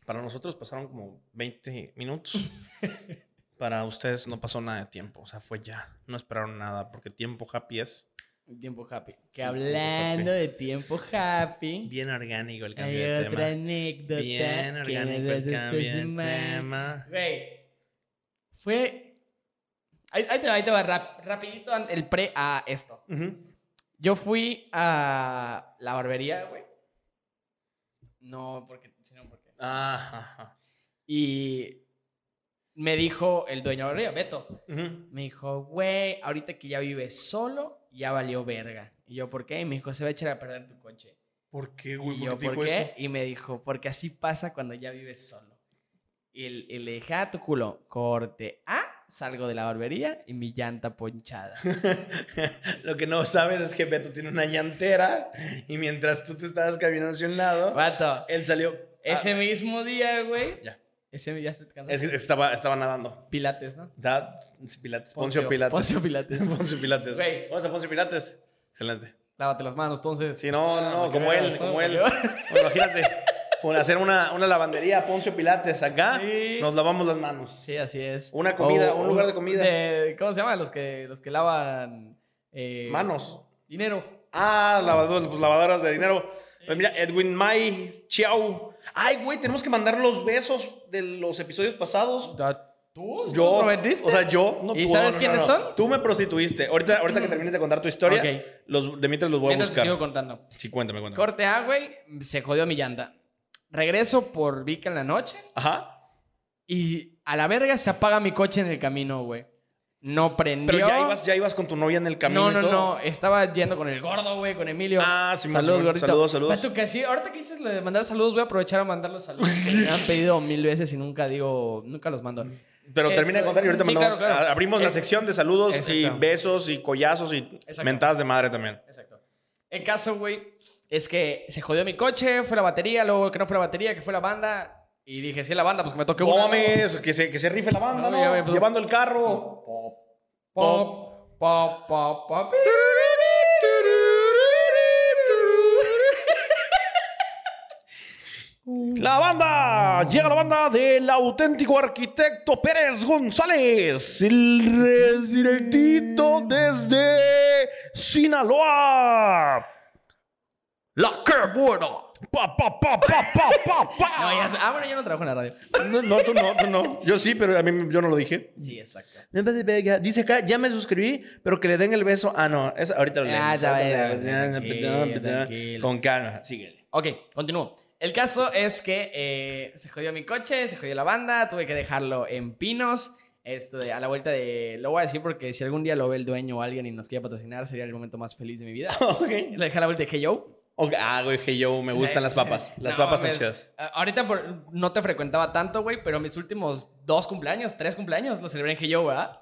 Speaker 3: Para nosotros pasaron como 20 minutos. Para ustedes no pasó nada de tiempo. O sea, fue ya. No esperaron nada porque tiempo happy es
Speaker 2: Tiempo happy.
Speaker 3: Sí,
Speaker 2: Que hablando de tiempo happy,
Speaker 3: bien orgánico el cambio
Speaker 2: hay
Speaker 3: de
Speaker 2: otra
Speaker 3: tema.
Speaker 2: anécdota.
Speaker 3: Bien
Speaker 2: que
Speaker 3: orgánico
Speaker 2: nos
Speaker 3: el
Speaker 2: hace
Speaker 3: cambio de
Speaker 2: entusiasmar.
Speaker 3: tema.
Speaker 2: Güey, fue. Ahí, ahí te va, ahí te va, rap- rapidito an- el pre a esto.
Speaker 3: Ujú.
Speaker 2: Yo fui a la barbería, güey. No, porque, sino porque.
Speaker 3: Ajá, ajá.
Speaker 2: Y me dijo el dueño de la barbería, Beto.
Speaker 3: Ujú.
Speaker 2: Me dijo, güey, ahorita que ya vives solo, ya valió verga. Y yo, ¿por qué? Y me dijo, se va a echar a perder tu coche.
Speaker 3: ¿Por qué,
Speaker 2: y yo,
Speaker 3: te dijo
Speaker 2: ¿por qué?
Speaker 3: eso?
Speaker 2: Y me dijo, porque así pasa cuando ya vives solo. Y, el- y le dije, ah, tu culo, corte. Ah, salgo de la barbería y mi llanta ponchada.
Speaker 3: Lo que no sabes es que Beto tiene una llantera y mientras tú te estabas caminando hacia un lado,
Speaker 2: Vato,
Speaker 3: él salió. ah,
Speaker 2: ese mismo día, güey,
Speaker 3: Ya.
Speaker 2: Ese ya se te cansó.
Speaker 3: Es que estaba, estaba nadando.
Speaker 2: Pilates, ¿no?
Speaker 3: Da- Pilates. Poncio, Pilates.
Speaker 2: Poncio Pilates.
Speaker 3: Poncio Pilates.
Speaker 2: Güey.
Speaker 3: Vamos a Poncio Pilates. Excelente.
Speaker 2: Lávate las manos, entonces.
Speaker 3: Sí, no, no, no,
Speaker 2: Ah,
Speaker 3: como
Speaker 2: qué
Speaker 3: él,
Speaker 2: razón,
Speaker 3: como él.
Speaker 2: porque-
Speaker 3: Bueno, imagínate, por hacer una, una lavandería, Poncio Pilates, acá
Speaker 2: Sí.
Speaker 3: nos lavamos las manos.
Speaker 2: Sí, así es.
Speaker 3: Una comida, un lugar de
Speaker 2: un-
Speaker 3: comida.
Speaker 2: ¿Cómo se llama? Los que, los que lavan... eh,
Speaker 3: Manos.
Speaker 2: Dinero.
Speaker 3: Ah, lavadoras, pues, lavadoras de dinero. Pues mira, Edwin May, Chiao. Ay, güey, tenemos que mandar los besos de los episodios pasados.
Speaker 2: ¿Tú?
Speaker 3: Yo,
Speaker 2: ¿Lo vendiste?
Speaker 3: o sea, yo no
Speaker 2: ¿Y
Speaker 3: tú,
Speaker 2: sabes
Speaker 3: no, no,
Speaker 2: quiénes
Speaker 3: no.
Speaker 2: son? Mm.
Speaker 3: Tú me prostituiste. Ahorita, ahorita que termines de contar tu historia,
Speaker 2: Ok.
Speaker 3: los de mientras los voy a
Speaker 2: Mientras te
Speaker 3: buscar.
Speaker 2: sigo contando.
Speaker 3: Sí, cuéntame, cuéntame.
Speaker 2: Corte A, güey. Se jodió mi llanta. Regreso por Vica en la noche
Speaker 3: Ajá.
Speaker 2: y a la verga se apaga mi coche en el camino, güey. No prendió.
Speaker 3: Pero ya ibas, ya ibas con tu novia en el camino.
Speaker 2: No, no,
Speaker 3: y todo.
Speaker 2: no. Estaba yendo con el gordo, güey, con Emilio.
Speaker 3: Ah, Simón,
Speaker 2: Saludos,
Speaker 3: Simón.
Speaker 2: gordito.
Speaker 3: Saludos, saludos.
Speaker 2: Vato, que así, ahorita que dices lo de mandar saludos, voy a aprovechar a mandar los saludos. que me han pedido mil veces y nunca digo, nunca los
Speaker 3: Mm.
Speaker 2: mando.
Speaker 3: Pero termina de
Speaker 2: Esto-
Speaker 3: contar y ahorita
Speaker 2: sí,
Speaker 3: mandamos-
Speaker 2: claro, claro.
Speaker 3: a- abrimos la
Speaker 2: Es-
Speaker 3: sección de saludos
Speaker 2: Exacto.
Speaker 3: y besos y collazos y mentadas de madre también.
Speaker 2: Exacto. El caso, güey, es que se jodió mi coche, fue la batería, luego que no fue la batería, que fue la banda. Y dije, sí, la banda, pues que me toque
Speaker 3: No
Speaker 2: una. ¿no?
Speaker 3: mames, que se, que se rife la banda,
Speaker 2: No,
Speaker 3: ¿no?
Speaker 2: ya me-
Speaker 3: Llevando el carro.
Speaker 2: Pop, pop, pop, pop.
Speaker 4: La banda, llega la banda del auténtico arquitecto Pérez González, el res- directito desde Sinaloa. La que buena. Pa, pa, pa, pa, pa, pa,
Speaker 2: No,
Speaker 4: pa.
Speaker 2: ya- ah, bueno, yo no trabajo en la radio.
Speaker 3: No, no, tú no, tú no. Yo sí, pero a mí yo no lo dije.
Speaker 2: Sí, exacto.
Speaker 3: Dice acá, ya me suscribí, pero que le den el beso. Ah, no, eso ahorita lo
Speaker 2: Ah,
Speaker 3: leemos.
Speaker 2: ya
Speaker 3: Ahorita
Speaker 2: ves,
Speaker 3: lo leemos.
Speaker 2: tranquilo, tranquilo.
Speaker 3: Con calma, síguele.
Speaker 2: Ok, continúo. El caso es que eh, se jodió mi coche, se jodió la banda, tuve que dejarlo en Pinos. Esto de- a la vuelta de. Lo voy a decir porque si algún día lo ve el dueño o alguien y nos quiere patrocinar, sería el momento más feliz de mi vida.
Speaker 3: Ok.
Speaker 2: Lo dejé a la vuelta de Yo.
Speaker 3: Ok, Ah, güey, hey yo, me gustan las papas. Las
Speaker 2: No,
Speaker 3: papas están
Speaker 2: mames.
Speaker 3: chidas.
Speaker 2: A- Ahorita por- no te frecuentaba tanto, güey, pero mis últimos dos cumpleaños, tres cumpleaños, los celebré en Hey Yo, ¿verdad?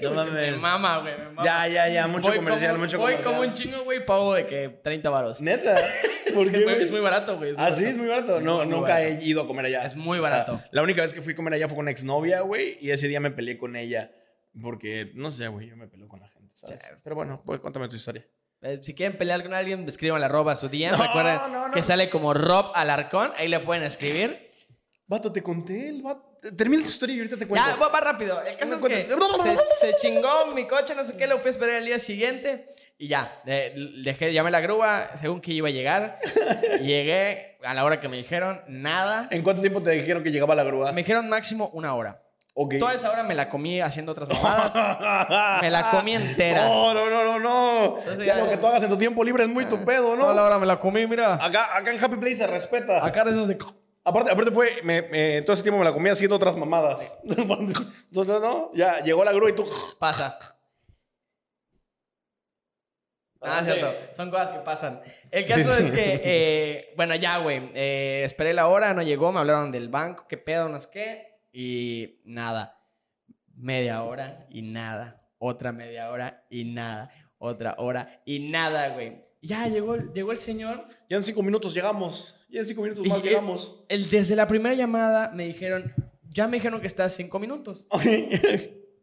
Speaker 3: No
Speaker 2: Me
Speaker 3: mames.
Speaker 2: mama, güey, me mama.
Speaker 3: Ya, ya, ya, mucho
Speaker 2: Voy
Speaker 3: comercial,
Speaker 2: como-
Speaker 3: mucho
Speaker 2: voy
Speaker 3: comercial.
Speaker 2: como un chingo, güey, pago de que 30 varos.
Speaker 3: Neta.
Speaker 2: Es, que, güey, es muy barato, güey. es muy
Speaker 3: Ah, sí,
Speaker 2: barato.
Speaker 3: es muy barato. No,
Speaker 2: Muy
Speaker 3: nunca
Speaker 2: barato.
Speaker 3: he ido a comer allá.
Speaker 2: Es muy
Speaker 3: O sea,
Speaker 2: barato.
Speaker 3: la única vez que fui a comer allá fue con una exnovia, güey, y ese día me peleé con ella. Porque, no sé, güey, yo me peleo con la gente, ¿sabes?
Speaker 2: Claro.
Speaker 3: Pero bueno, pues cuéntame tu historia.
Speaker 2: Eh, si quieren pelear con alguien, escriban la arroba a su DM.
Speaker 3: No,
Speaker 2: Recuerden
Speaker 3: no, no.
Speaker 2: que sale como Rob Alarcón. Ahí le pueden escribir.
Speaker 3: Vato, te conté el vato. Termina tu historia y ahorita te cuento.
Speaker 2: Ya, va, va rápido. El caso es que
Speaker 3: Cuenta.
Speaker 2: se, se chingó mi coche, no sé qué, lo fui a esperar el día siguiente. Y ya, eh, dejé, llamé a la grúa, según que iba a llegar. Llegué a la hora que me dijeron, nada.
Speaker 3: ¿En cuánto tiempo te dijeron que llegaba la grúa?
Speaker 2: Me dijeron máximo una hora.
Speaker 3: Ok.
Speaker 2: Toda esa hora me la comí haciendo otras mamadas. me la comí entera.
Speaker 3: No, no, no, no, no.
Speaker 2: Entonces
Speaker 3: ya
Speaker 2: ya- Ah.
Speaker 3: lo que tú hagas en tu tiempo libre es muy tu pedo,
Speaker 2: Toda la
Speaker 3: ¿no?
Speaker 2: hora me la comí, mira.
Speaker 3: Acá, acá en Happy Place se respeta.
Speaker 2: Acá de esas de...
Speaker 3: Aparte, aparte fue, me, me- todo ese tiempo me la comía haciendo otras mamadas. Entonces, ¿no? Ya llegó la grúa y tú...
Speaker 2: Pasa. Ah,
Speaker 3: Adelante.
Speaker 2: cierto. Son cosas que pasan. El caso es que, eh, bueno, ya, güey. eh, esperé la hora, no llegó, me hablaron del banco, qué pedo, no sé qué. Y nada. Media hora y nada. Otra media hora y nada. Otra hora y nada, güey. Ya llegó, el- llegó el señor.
Speaker 3: Ya en cinco minutos llegamos. Ya en cinco minutos
Speaker 2: y
Speaker 3: más
Speaker 2: el-
Speaker 3: llegamos.
Speaker 2: el- desde la primera llamada me dijeron, ya me dijeron que está a cinco minutos.
Speaker 3: Ok.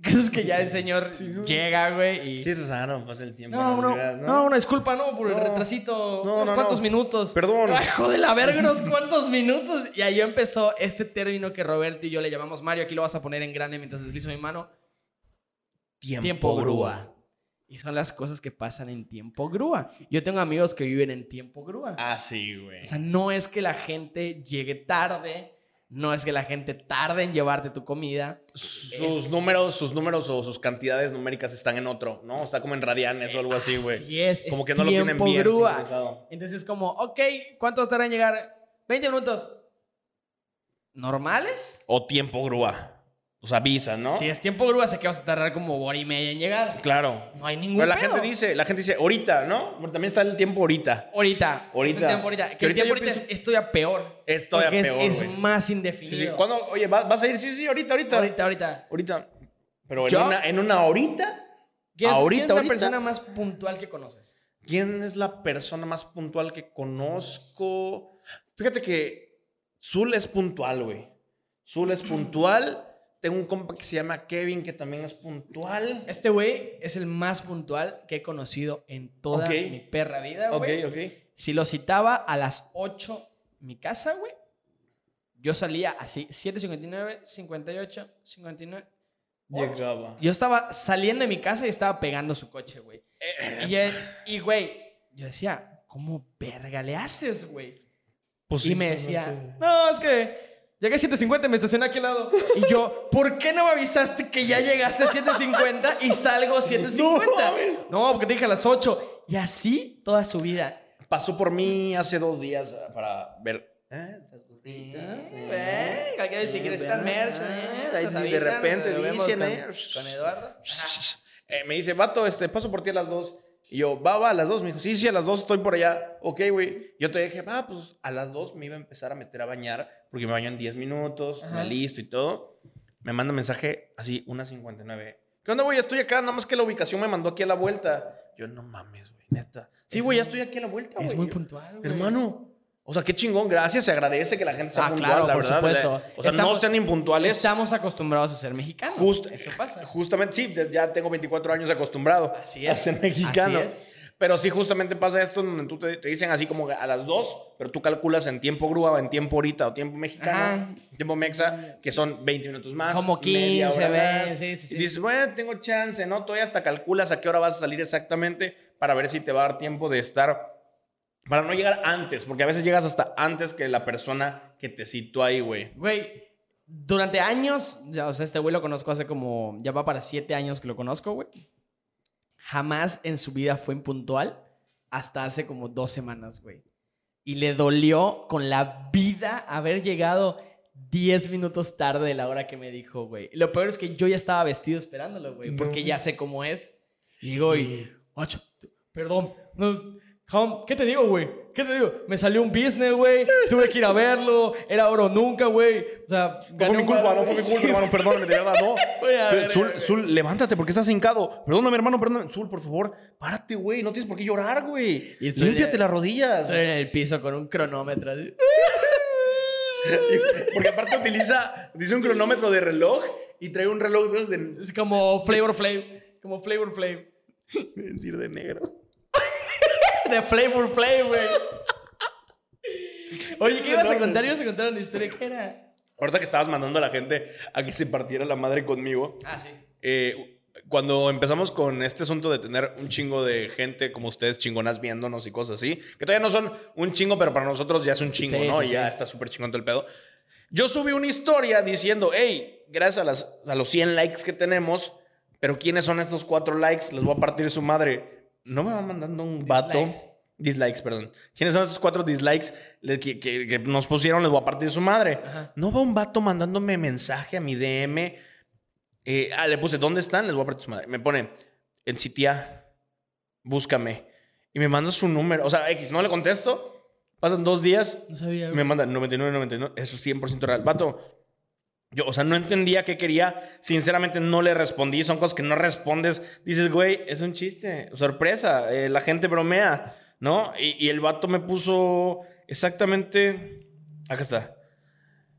Speaker 2: Es que ya el señor
Speaker 3: no.
Speaker 2: llega, güey. Y...
Speaker 3: Sí, es raro, pasa el tiempo.
Speaker 2: No,
Speaker 3: las
Speaker 2: no,
Speaker 3: veras,
Speaker 2: no, una disculpa, no, por el
Speaker 3: No.
Speaker 2: retrasito.
Speaker 3: No,
Speaker 2: unos
Speaker 3: no,
Speaker 2: cuantos
Speaker 3: no.
Speaker 2: minutos.
Speaker 3: Perdón.
Speaker 2: Ay, hijo de la verga, unos cuantos minutos. Y ahí empezó este término que Roberto y yo le llamamos Mario. Aquí lo vas a poner en grande mientras deslizo mi mano.
Speaker 3: Tiempo,
Speaker 2: Tiempo grúa. Y son las cosas que pasan en tiempo grúa. Yo tengo amigos que viven en tiempo grúa.
Speaker 3: Ah, sí, güey.
Speaker 2: O sea, no es que la gente llegue tarde. No es que la gente tarde en llevarte tu comida.
Speaker 3: sus
Speaker 2: es-
Speaker 3: números, sus números o sus cantidades numéricas están en otro, ¿no? Está como en radianes o algo así, güey.
Speaker 2: Así es.
Speaker 3: como
Speaker 2: Ah, es
Speaker 3: que no lo tienen
Speaker 2: tiempo
Speaker 3: bien.
Speaker 2: grúa.
Speaker 3: sincronizado.
Speaker 2: Entonces es como, ok, ¿cuántos tardan en llegar? 20 minutos. ¿Normales?
Speaker 3: O tiempo grúa. O sea, visa, ¿no?
Speaker 2: Si es tiempo grúa, sé que vas a tardar como hora y media en llegar.
Speaker 3: Claro.
Speaker 2: No hay ningún
Speaker 3: Pero la
Speaker 2: pedo.
Speaker 3: gente dice, la gente dice, ahorita, ¿no? Bueno, también está el tiempo ahorita.
Speaker 2: Ahorita.
Speaker 3: Ahorita.
Speaker 2: Es el tiempo ahorita. Que
Speaker 3: Que
Speaker 2: el
Speaker 3: ahorita
Speaker 2: tiempo
Speaker 3: yo
Speaker 2: ahorita es,
Speaker 3: pienso-
Speaker 2: es todavía peor.
Speaker 3: Es todavía
Speaker 2: Porque es-
Speaker 3: peor,
Speaker 2: Es,
Speaker 3: güey.
Speaker 2: más
Speaker 3: Sí,
Speaker 2: indefinido.
Speaker 3: sí. ¿Cuándo? Oye, ¿va- ¿vas a ir? Sí, sí, ahorita, ahorita.
Speaker 2: Ahorita, ahorita.
Speaker 3: Ahorita. Pero en
Speaker 2: Yo-
Speaker 3: una, en una horita.
Speaker 2: ¿Quién,
Speaker 3: Ahorita,
Speaker 2: quién es la
Speaker 3: ahorita.
Speaker 2: persona más puntual que conoces?
Speaker 3: ¿Quién es la persona más puntual que conozco? Fíjate que Zul es puntual, güey. Zul es puntual. Tengo un compa que se llama Kevin que también es puntual.
Speaker 2: Este güey es el más puntual que he conocido en toda
Speaker 3: Ok.
Speaker 2: mi perra vida,
Speaker 3: Ok,
Speaker 2: güey.
Speaker 3: ok.
Speaker 2: Si lo citaba a las 8 mi casa, güey, yo salía así, 7.59, 58, 59.
Speaker 3: Llegaba.
Speaker 2: Yo estaba saliendo de mi casa y estaba pegando su coche, güey. Y él- Y, güey, yo decía, ¿cómo verga le haces, güey? y me decía, no, es que llegué a 750 y me estacioné aquí al lado. Y yo, ¿por qué no me avisaste que ya llegaste a 750 y salgo a 750? No, porque te dije a las 8. Y así toda su vida.
Speaker 3: Pasó por mí hace dos días ah, para ver. Ah, estás gordita, sí.
Speaker 2: Eh, cualquier si quieres estar merch, eh,
Speaker 3: Ahí
Speaker 2: nos
Speaker 3: de
Speaker 2: avisan,
Speaker 3: repente
Speaker 2: nos vemos
Speaker 3: dicen,
Speaker 2: con,
Speaker 3: eh.
Speaker 2: con Eduardo.
Speaker 3: Eh, me dice, vato, este, paso por ti a las dos. Y yo, va, va, a las dos. Me dijo, sí, sí, a las dos estoy por allá. Ok, güey. Yo te dije, va, pues a las dos me iba a empezar a meter a bañar porque me baño en 10 minutos, me listo y todo. Me manda un mensaje así, 1.59. ¿Qué onda, güey? Ya Estoy acá, nada más que la ubicación me mandó aquí a la vuelta. Yo, no mames, güey, neta. Sí, güey, ya estoy aquí a la vuelta, güey.
Speaker 2: Es muy
Speaker 3: Yo,
Speaker 2: puntual, güey.
Speaker 3: Hermano. O sea, qué chingón, gracias. Se agradece que la gente sea
Speaker 2: Ah,
Speaker 3: puntual,
Speaker 2: claro,
Speaker 3: la
Speaker 2: por
Speaker 3: verdad.
Speaker 2: supuesto.
Speaker 3: O sea, no
Speaker 2: Estamos-
Speaker 3: sean impuntuales.
Speaker 2: Estamos acostumbrados a ser mexicanos.
Speaker 3: Justo-
Speaker 2: Eso pasa.
Speaker 3: Justamente, sí, des- ya tengo 24 años acostumbrado
Speaker 2: Así
Speaker 3: a
Speaker 2: es,
Speaker 3: ser mexicano.
Speaker 2: así es.
Speaker 3: Pero sí, justamente pasa esto donde tú te, te dicen así como a las 2, pero tú calculas en tiempo grúa, o en tiempo ahorita, o tiempo mexicano, tiempo mexa, que son 20 minutos más.
Speaker 2: Como
Speaker 3: media
Speaker 2: 15,
Speaker 3: hora más.
Speaker 2: 20, sí, sí, sí.
Speaker 3: Y dices, bueno, tengo chance, ¿no? Todavía hasta calculas a qué hora vas a salir exactamente para ver si te va a dar tiempo de estar para no llegar antes, porque a veces llegas hasta antes que la persona que te citó ahí, güey.
Speaker 2: Güey, durante años, ya, o sea, este güey lo conozco hace como, ya va para siete años que lo conozco, güey. Jamás en su vida fue impuntual hasta hace como dos semanas, güey. Y le dolió con la vida haber llegado 10 minutos tarde de la hora que me dijo, güey. Lo peor es que yo ya estaba vestido esperándolo, güey, porque ya sé cómo es. Y digo, y, "Macho, t- Eh, perdón, no, cabrón, ¿qué te digo, güey? ¿Qué te digo? Me salió un business, güey, tuve que ir a verlo, era oro nunca, güey. O sea,
Speaker 4: No fue mi culpa, no fue mi culpa, hermano, perdóname, de verdad, no.
Speaker 2: Voy a ver,
Speaker 4: Zul,
Speaker 2: güey.
Speaker 4: Zul, levántate porque estás hincado. Perdóname, hermano, perdóname. Zul, por favor, párate, güey. No tienes por qué llorar, güey.
Speaker 2: Y Zul
Speaker 4: Límpiate
Speaker 2: ya-
Speaker 4: las rodillas.
Speaker 2: Estoy en el piso con un cronómetro. así.
Speaker 3: Porque aparte utiliza, utiliza un cronómetro de reloj y trae un reloj de, de-
Speaker 2: Es como Flavor Flav, como Flavor Flav.
Speaker 3: iba a decir de negro.
Speaker 2: De Flavor Flav, güey. Oye, ¿qué ibas a contar? Ibas a contar una historia que era...
Speaker 3: Ahorita que estabas mandando a la gente a que se partiera la madre conmigo,
Speaker 2: Ah, sí.
Speaker 3: eh, cuando empezamos con este asunto de tener un chingo de gente como ustedes chingonas viéndonos y cosas así, que todavía no son un chingo, pero para nosotros ya es un chingo,
Speaker 2: Sí,
Speaker 3: ¿no?
Speaker 2: sí,
Speaker 3: Y ya
Speaker 2: sí.
Speaker 3: está súper chingón todo el pedo. Yo subí una historia diciendo, hey, gracias a, las, a los 100 likes que tenemos, pero ¿quiénes son estos cuatro likes? Les voy a partir su madre. No me va mandando un vato.
Speaker 2: Dislikes.
Speaker 3: Dislikes, perdón. ¿Quiénes son estos cuatro dislikes le- que, que- que nos pusieron? Les voy a partir su madre. No va un vato mandándome mensaje a mi DM. Eh, ah, le puse, ¿dónde están? Les voy a partir su madre. Me pone, en Citia, búscame. Y me manda su número. O sea, X, no le contesto. Pasan dos días,
Speaker 2: No sabía.
Speaker 3: me manda 99, 99. Eso es 100% real. Vato, yo, o sea, no entendía qué quería. Sinceramente, no le respondí. Son cosas que no respondes. Dices, güey, es un chiste. Sorpresa. eh, la gente bromea, ¿no? Y, y el vato me puso exactamente. Acá está.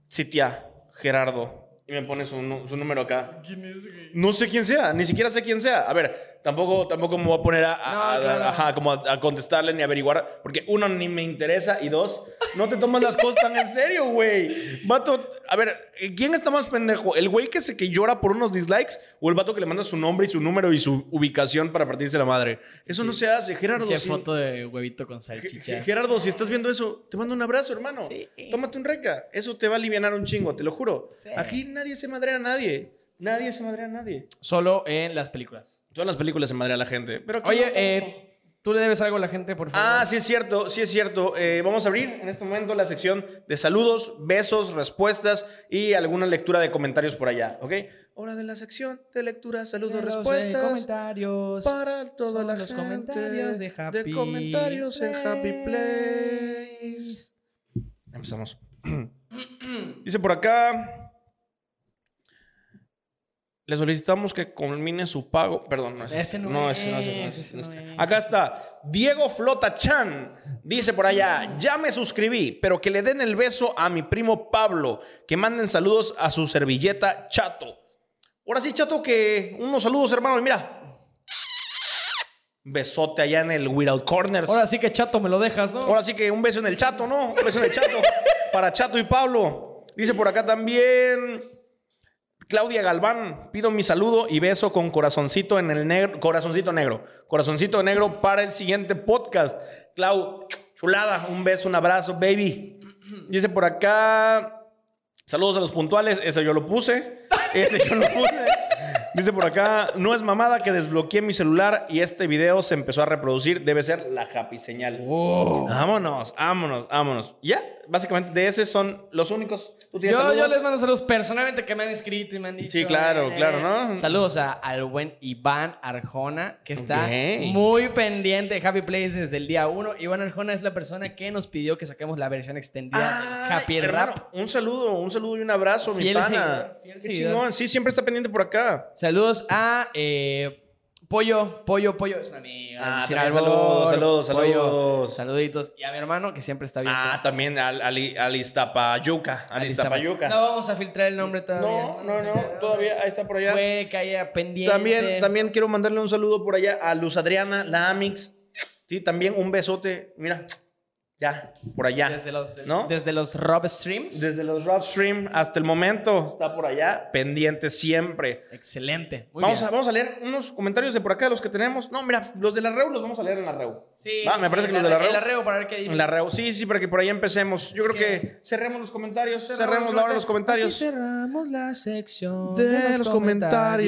Speaker 3: Citia, Gerardo. Y me pone su, nu- su número acá.
Speaker 2: ¿Quién es, güey?
Speaker 3: No sé quién sea, ni siquiera sé quién sea. A ver, tampoco, tampoco me voy a poner a, a-
Speaker 2: No,
Speaker 3: a-
Speaker 2: claro.
Speaker 3: ajá, como a, a contestarle ni averiguar, porque uno, ni me interesa, y dos, no te tomas las cosas tan en serio, güey. Vato, a ver, ¿quién está más pendejo? ¿El güey que se que llora por unos dislikes o el vato que le manda su nombre y su número y su ubicación para partirse la madre? Eso no se hace, Gerardo.
Speaker 2: Che
Speaker 3: si-
Speaker 2: foto de huevito con
Speaker 3: Ge-
Speaker 2: salchicha.
Speaker 3: Ge- Gerardo, si estás viendo eso, te mando un abrazo, hermano.
Speaker 2: Sí.
Speaker 3: Tómate un reca. Eso te va a aliviar un chingo, te lo juro.
Speaker 2: Sí.
Speaker 3: Aquí nadie se madrea a nadie. Nadie se madrea a nadie.
Speaker 2: Solo en las películas.
Speaker 3: Todas las películas se madre a la gente. Pero aquí
Speaker 2: Oye,
Speaker 3: no tanto.
Speaker 2: eh, tú le debes algo a la gente, por favor.
Speaker 3: Ah, sí es cierto, sí es cierto. Eh, vamos a abrir en este momento la sección de saludos, besos, respuestas y alguna lectura de comentarios por allá, ¿ok? Hora de la sección de lectura, saludos, eh, respuestas.
Speaker 2: comentarios.
Speaker 3: para todos
Speaker 2: Son los comentarios de Happy
Speaker 3: comentarios en Happy Place.
Speaker 2: Place.
Speaker 3: Empezamos. Dice por acá. Le solicitamos que culmine su pago. Perdón, no es. este,
Speaker 2: Ese no
Speaker 3: no,
Speaker 2: es,
Speaker 3: ese no es, no es, este,
Speaker 2: ese
Speaker 3: no es.
Speaker 2: no es.
Speaker 3: Acá está. Diego Flota Chan dice por allá: Ya me suscribí, pero que le den el beso a mi primo Pablo. Que manden saludos a su servilleta Chato. Ahora sí, Chato, que unos saludos, hermano. Y mira. Besote allá en el Without Corners.
Speaker 2: Ahora sí que chato me lo dejas, ¿no?
Speaker 3: Ahora sí que un beso en el chato, ¿no? Un beso en el chato. Para Chato y Pablo. Dice por acá también Claudia Galván. Pido mi saludo y beso con corazoncito en el negro. Corazoncito negro. Corazoncito negro para el siguiente podcast. Clau, chulada. Un beso, un abrazo, baby. Dice por acá. Saludos a los puntuales. Ese yo lo puse. Ese yo lo puse. Dice por acá, no es mamada que desbloqueé mi celular y este video se empezó a reproducir. Debe ser la happy señal. Vámonos, vámonos, vámonos. Ya, básicamente de ese son los únicos. ¿Tú tienes
Speaker 2: Yo,
Speaker 3: saludos?
Speaker 2: yo les mando saludos personalmente que me han escrito y me han dicho. "Eh,
Speaker 3: Sí, claro, claro, ¿no?
Speaker 2: Saludos a, al buen Iván Arjona, que está
Speaker 3: Ok.
Speaker 2: muy pendiente de Happy Place desde el día uno. Iván Arjona es la persona que nos pidió que saquemos la versión extendida de
Speaker 3: Ay,
Speaker 2: Ah, Happy
Speaker 3: hermano,
Speaker 2: Rap.
Speaker 3: Un saludo, un saludo y un abrazo, mi
Speaker 2: Fiel
Speaker 3: pana.
Speaker 2: seguidor, fiel
Speaker 3: Qué
Speaker 2: seguidor.
Speaker 3: chingón, sí, siempre está pendiente por acá.
Speaker 2: Saludos a eh, Pollo, Pollo, Pollo. Es un amigo.
Speaker 3: Ah,
Speaker 2: Sin
Speaker 3: también
Speaker 2: albur,
Speaker 3: saludos, saludos,
Speaker 2: Pollo,
Speaker 3: saludos.
Speaker 2: saluditos. Y a mi hermano, que siempre está bien.
Speaker 3: Ah, también al, al, al Iztapayuca, al Iztapayuca.
Speaker 2: No vamos a filtrar el nombre todavía.
Speaker 3: No, no, no, todavía ahí está por allá.
Speaker 2: Puede que haya pendiente.
Speaker 3: También, también quiero mandarle un saludo por allá a Luz Adriana, la Amix. Sí, también un besote. Mira, ya, por allá.
Speaker 2: Desde los,
Speaker 3: ¿No?
Speaker 2: desde los Rob Streams.
Speaker 3: Desde los Rob Stream hasta el momento está por allá, pendiente siempre.
Speaker 2: Excelente. Muy
Speaker 3: Vamos
Speaker 2: bien.
Speaker 3: a, vamos a leer unos comentarios de por acá, los que tenemos. No, mira, los de la REU los vamos a leer en la REU.
Speaker 2: Sí,
Speaker 3: Va,
Speaker 2: sí,
Speaker 3: me
Speaker 2: sí,
Speaker 3: parece que
Speaker 2: el
Speaker 3: los de la
Speaker 2: arre-
Speaker 3: REU.
Speaker 2: El arreo para ver qué dice.
Speaker 3: En la REU, sí, sí, para que por ahí empecemos. Yo creo
Speaker 2: ¿Qué?
Speaker 3: que cerremos los comentarios, cerremos,
Speaker 2: los
Speaker 3: la hora de los comentarios.
Speaker 2: Aquí cerramos la sección
Speaker 3: De, los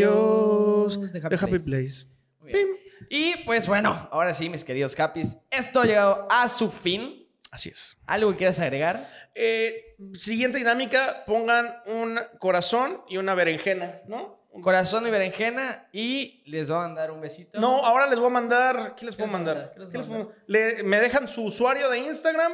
Speaker 3: comentarios
Speaker 2: de Happy, Place. Muy bien.
Speaker 3: Pim.
Speaker 2: Y pues bueno, ahora sí, mis queridos Happys, esto ha llegado a su fin.
Speaker 3: Así es.
Speaker 2: ¿Algo que quieras agregar?
Speaker 3: Eh, siguiente dinámica, pongan un corazón y una berenjena, ¿no? Un-
Speaker 2: Corazón y berenjena y les van a dar un besito.
Speaker 3: No, ahora les voy a mandar. ¿Qué les puedo
Speaker 2: les voy a
Speaker 3: mandar?
Speaker 2: mandar? ¿Qué les
Speaker 3: ¿Qué
Speaker 2: voy
Speaker 3: les
Speaker 2: a
Speaker 3: puedo- le- me dejan su usuario de Instagram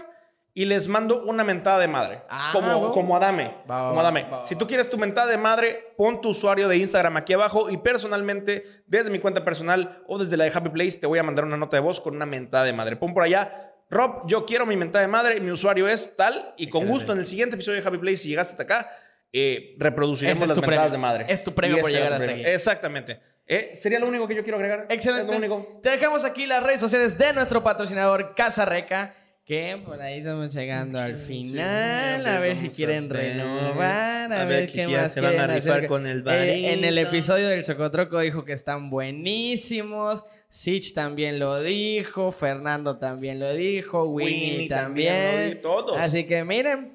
Speaker 3: y les mando una mentada de madre.
Speaker 2: Ah,
Speaker 3: como,
Speaker 2: huevo.
Speaker 3: como Adame.
Speaker 2: Va, va,
Speaker 3: como Adame.
Speaker 2: va, va,
Speaker 3: si
Speaker 2: va.
Speaker 3: tú quieres tu mentada de madre, pon tu usuario de Instagram aquí abajo y personalmente, desde mi cuenta personal o desde la de Happy Place, te voy a mandar una nota de voz con una mentada de madre. Pon por allá. Rob, yo quiero mi mentada de madre, mi usuario es tal, y con
Speaker 2: Excelente.
Speaker 3: gusto en el siguiente episodio de Happy Place, si llegaste hasta acá, eh, reproduciremos
Speaker 2: Ese es
Speaker 3: las
Speaker 2: tu premio.
Speaker 3: mentadas de madre.
Speaker 2: Es tu premio
Speaker 3: Y
Speaker 2: por
Speaker 3: ese
Speaker 2: llegar
Speaker 3: es el
Speaker 2: hasta
Speaker 3: premio.
Speaker 2: aquí.
Speaker 3: Exactamente. Eh, sería lo único que yo quiero agregar.
Speaker 2: Excelente.
Speaker 3: Es lo único.
Speaker 2: Te dejamos aquí las redes sociales de nuestro patrocinador Casa Reca. Que por ahí estamos llegando al final. A ver si quieren renovar. A, ver, qué
Speaker 3: ya
Speaker 2: más
Speaker 3: se van
Speaker 2: quieren
Speaker 3: a rifar
Speaker 2: hacer.
Speaker 3: con el
Speaker 2: Eh,
Speaker 3: barito.
Speaker 2: en el episodio del Socotroco dijo que están buenísimos. Sitch también lo dijo. Fernando también lo dijo. Winnie,
Speaker 3: Winnie también
Speaker 2: también.
Speaker 3: lo dijo, todos.
Speaker 2: Así que miren.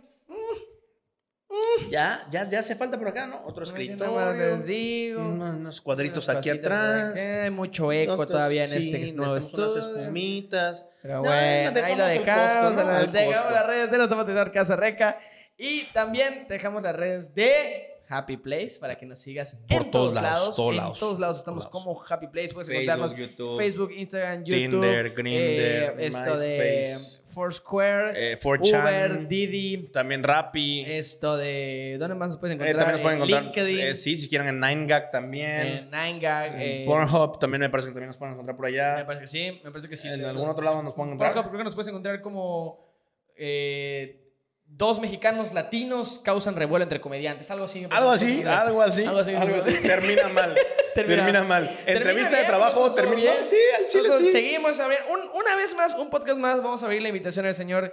Speaker 3: Ya, ya, ya hace falta por acá, ¿no? Otro
Speaker 2: yo
Speaker 3: escritorio.
Speaker 2: nada más les digo.
Speaker 3: unos- Unos cuadritos
Speaker 2: unas
Speaker 3: aquí
Speaker 2: cositas por
Speaker 3: atrás.
Speaker 2: acá, Hay mucho eco
Speaker 3: Dos-
Speaker 2: todavía en
Speaker 3: sí,
Speaker 2: este
Speaker 3: necesitamos
Speaker 2: nuevo
Speaker 3: unas
Speaker 2: estudio.
Speaker 3: espumitas.
Speaker 2: Pero
Speaker 3: No,
Speaker 2: bueno,
Speaker 3: no,
Speaker 2: ahí lo
Speaker 3: dejamos el
Speaker 2: dejamos.
Speaker 3: costo, ¿no?
Speaker 2: las-
Speaker 3: El
Speaker 2: dejamos
Speaker 3: costo.
Speaker 2: las redes de nuestro patrocinador Casa Reca. Y también dejamos las redes de Happy Place para que nos sigas
Speaker 3: Por
Speaker 2: en todos
Speaker 3: todos lados,
Speaker 2: lados.
Speaker 3: todos
Speaker 2: en
Speaker 3: lados,
Speaker 2: todos lados estamos
Speaker 3: todos
Speaker 2: como Happy Place. Puedes
Speaker 3: Facebook,
Speaker 2: encontrarnos
Speaker 3: YouTube,
Speaker 2: Facebook, Instagram, YouTube,
Speaker 3: Tinder,
Speaker 2: eh,
Speaker 3: Grindr,
Speaker 2: esto de
Speaker 3: MySpace,
Speaker 2: Foursquare,
Speaker 3: eh, 4chan,
Speaker 2: Uber, Didi,
Speaker 3: También Rappi. Eh,
Speaker 2: esto de ¿dónde más nos puedes encontrar?
Speaker 3: también nos pueden
Speaker 2: En
Speaker 3: encontrar.
Speaker 2: LinkedIn,
Speaker 3: eh, sí, si quieren en 9gag
Speaker 2: en
Speaker 3: también.
Speaker 2: Nine Gag,
Speaker 3: en
Speaker 2: eh,
Speaker 3: Pornhub también me parece que también nos pueden encontrar por
Speaker 2: me
Speaker 3: allá.
Speaker 2: parece que sí, me parece que sí.
Speaker 3: en
Speaker 2: Lo-
Speaker 3: algún otro lado nos pueden encontrar.
Speaker 2: Pornhub, creo que nos puedes encontrar como eh, dos mexicanos latinos causan revuelo entre comediantes, algo así. me parece
Speaker 3: Algo
Speaker 2: que
Speaker 3: así,
Speaker 2: puedes encontrar.
Speaker 3: algo así,
Speaker 2: Algo así.
Speaker 3: algo así. Termina mal.
Speaker 2: Termina-
Speaker 3: termina, mal.
Speaker 2: Termina
Speaker 3: Entrevista
Speaker 2: bien,
Speaker 3: de trabajo,
Speaker 2: todo
Speaker 3: termina
Speaker 2: bien.
Speaker 3: No, Sí, al chile
Speaker 2: Entonces,
Speaker 3: sí.
Speaker 2: Seguimos a ver, un- una vez más, un podcast más, vamos a abrir la invitación al señor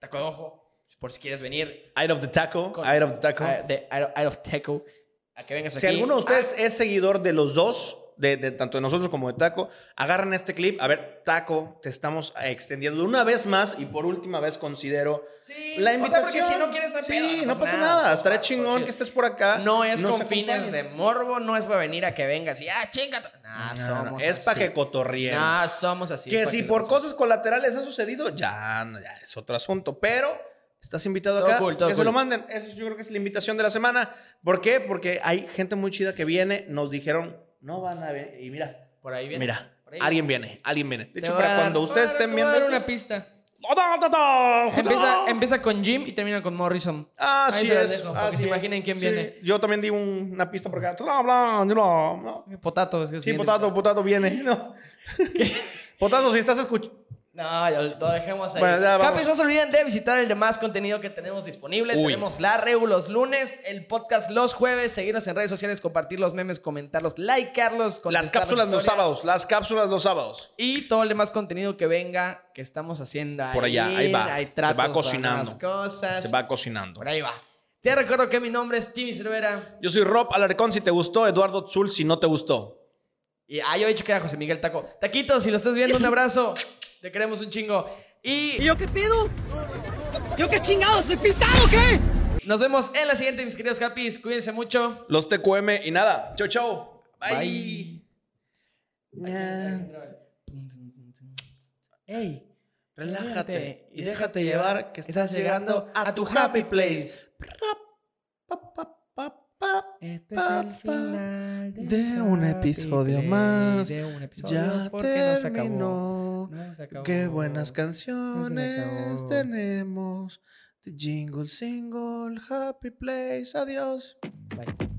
Speaker 2: Taco de Ojo, por si quieres venir.
Speaker 3: Out of the taco,
Speaker 2: Con-
Speaker 3: out of the taco.
Speaker 2: Ah, de Out of- Out of Teco, a que vengas
Speaker 3: Si
Speaker 2: aquí. Ah,
Speaker 3: alguno de ustedes es seguidor de los dos, de, de tanto de nosotros como de Taco, agarren este clip. A ver, Taco, te estamos extendiendo una vez más y por última vez considero
Speaker 2: Sí,
Speaker 3: la
Speaker 2: o sea,
Speaker 3: invitación.
Speaker 2: porque si no quieres, no hay
Speaker 3: Sí,
Speaker 2: pedo,
Speaker 3: no, pasa nada. Estará chingón que estés por acá.
Speaker 2: No es
Speaker 3: Nos
Speaker 2: con fines de
Speaker 3: acompañes.
Speaker 2: morbo, no es para venir a que vengas y ah, chingate. No,
Speaker 3: No, no,
Speaker 2: somos
Speaker 3: es para
Speaker 2: así.
Speaker 3: que cotorreen.
Speaker 2: No, somos así.
Speaker 3: que
Speaker 2: es pa'
Speaker 3: si
Speaker 2: lo
Speaker 3: por
Speaker 2: hacemos.
Speaker 3: cosas colaterales ha sucedido, ya, no, ya es otro asunto. Pero estás invitado
Speaker 2: Todo
Speaker 3: acá,
Speaker 2: cool, todo
Speaker 3: que
Speaker 2: cool.
Speaker 3: se lo manden. Eso yo creo que es la invitación de la semana. ¿Por qué? Porque hay gente muy chida que viene, nos dijeron, no van a venir. Y mira,
Speaker 2: Por ahí viene.
Speaker 3: mira,
Speaker 2: Por ahí
Speaker 3: alguien viene, alguien viene. De
Speaker 2: Te
Speaker 3: hecho,
Speaker 2: voy a
Speaker 3: para
Speaker 2: dar-
Speaker 3: cuando ustedes
Speaker 2: Bueno,
Speaker 3: estén
Speaker 2: te voy a
Speaker 3: viendo...
Speaker 2: dar
Speaker 3: esto-
Speaker 2: una pista. Empieza, empieza con Jim y termina con Morrison.
Speaker 3: Así
Speaker 2: Ahí se las
Speaker 3: es.
Speaker 2: dejo, para que
Speaker 3: Así
Speaker 2: se imaginen
Speaker 3: es.
Speaker 2: quién
Speaker 3: Sí.
Speaker 2: viene.
Speaker 3: Yo también di un- una pista por acá. Bla, bla, bla, bla.
Speaker 2: Potato. es que
Speaker 3: Sí,
Speaker 2: viene.
Speaker 3: Potato, Potato viene. No. Potato, si estás escuchando.
Speaker 2: No, ya lo dejemos ahí.
Speaker 3: Bueno, ya vamos.
Speaker 2: Capis, no se olviden de visitar el demás contenido que tenemos disponible.
Speaker 3: Uy.
Speaker 2: Tenemos la Reu los lunes, el podcast los jueves, seguirnos en redes sociales, compartir los memes, comentarlos, likearlos.
Speaker 3: Las
Speaker 2: contestar
Speaker 3: cápsulas los
Speaker 2: historias.
Speaker 3: sábados. Las cápsulas los sábados.
Speaker 2: Y todo el demás contenido que venga, que estamos haciendo
Speaker 3: Por allá, ahí va.
Speaker 2: Hay
Speaker 3: Se
Speaker 2: tratos
Speaker 3: va
Speaker 2: para
Speaker 3: cocinando.
Speaker 2: nuevas cosas.
Speaker 3: Se va cocinando.
Speaker 2: Por ahí va. Te recuerdo que mi nombre es Timmy Cervera.
Speaker 3: Yo soy Rob Alarcón si te gustó, Eduardo Tzul si no te gustó.
Speaker 2: Y ah, yo he dicho que era José Miguel Taco. Taquito, si lo estás viendo, un abrazo. Te queremos un chingo. Y
Speaker 5: ¿Y yo qué pido? ¿Yo qué chingados? ¿Soy pintado o qué?
Speaker 2: nos vemos en la siguiente, mis queridos Capis. Cuídense mucho.
Speaker 3: Los TQM y nada. Chau, chau. Bye.
Speaker 2: Bye. Ey,
Speaker 3: Relájate y déjate llevar que estás llegando a tu happy place.
Speaker 2: este
Speaker 3: es el final de un episodio más.
Speaker 2: De un episodio
Speaker 3: Ya
Speaker 2: porque no se acabó.
Speaker 3: terminó.
Speaker 2: No se acabó.
Speaker 3: Qué buenas
Speaker 2: No se
Speaker 3: canciones
Speaker 2: acabó.
Speaker 3: tenemos. The jingle, single, happy place. Adiós.
Speaker 2: Bye.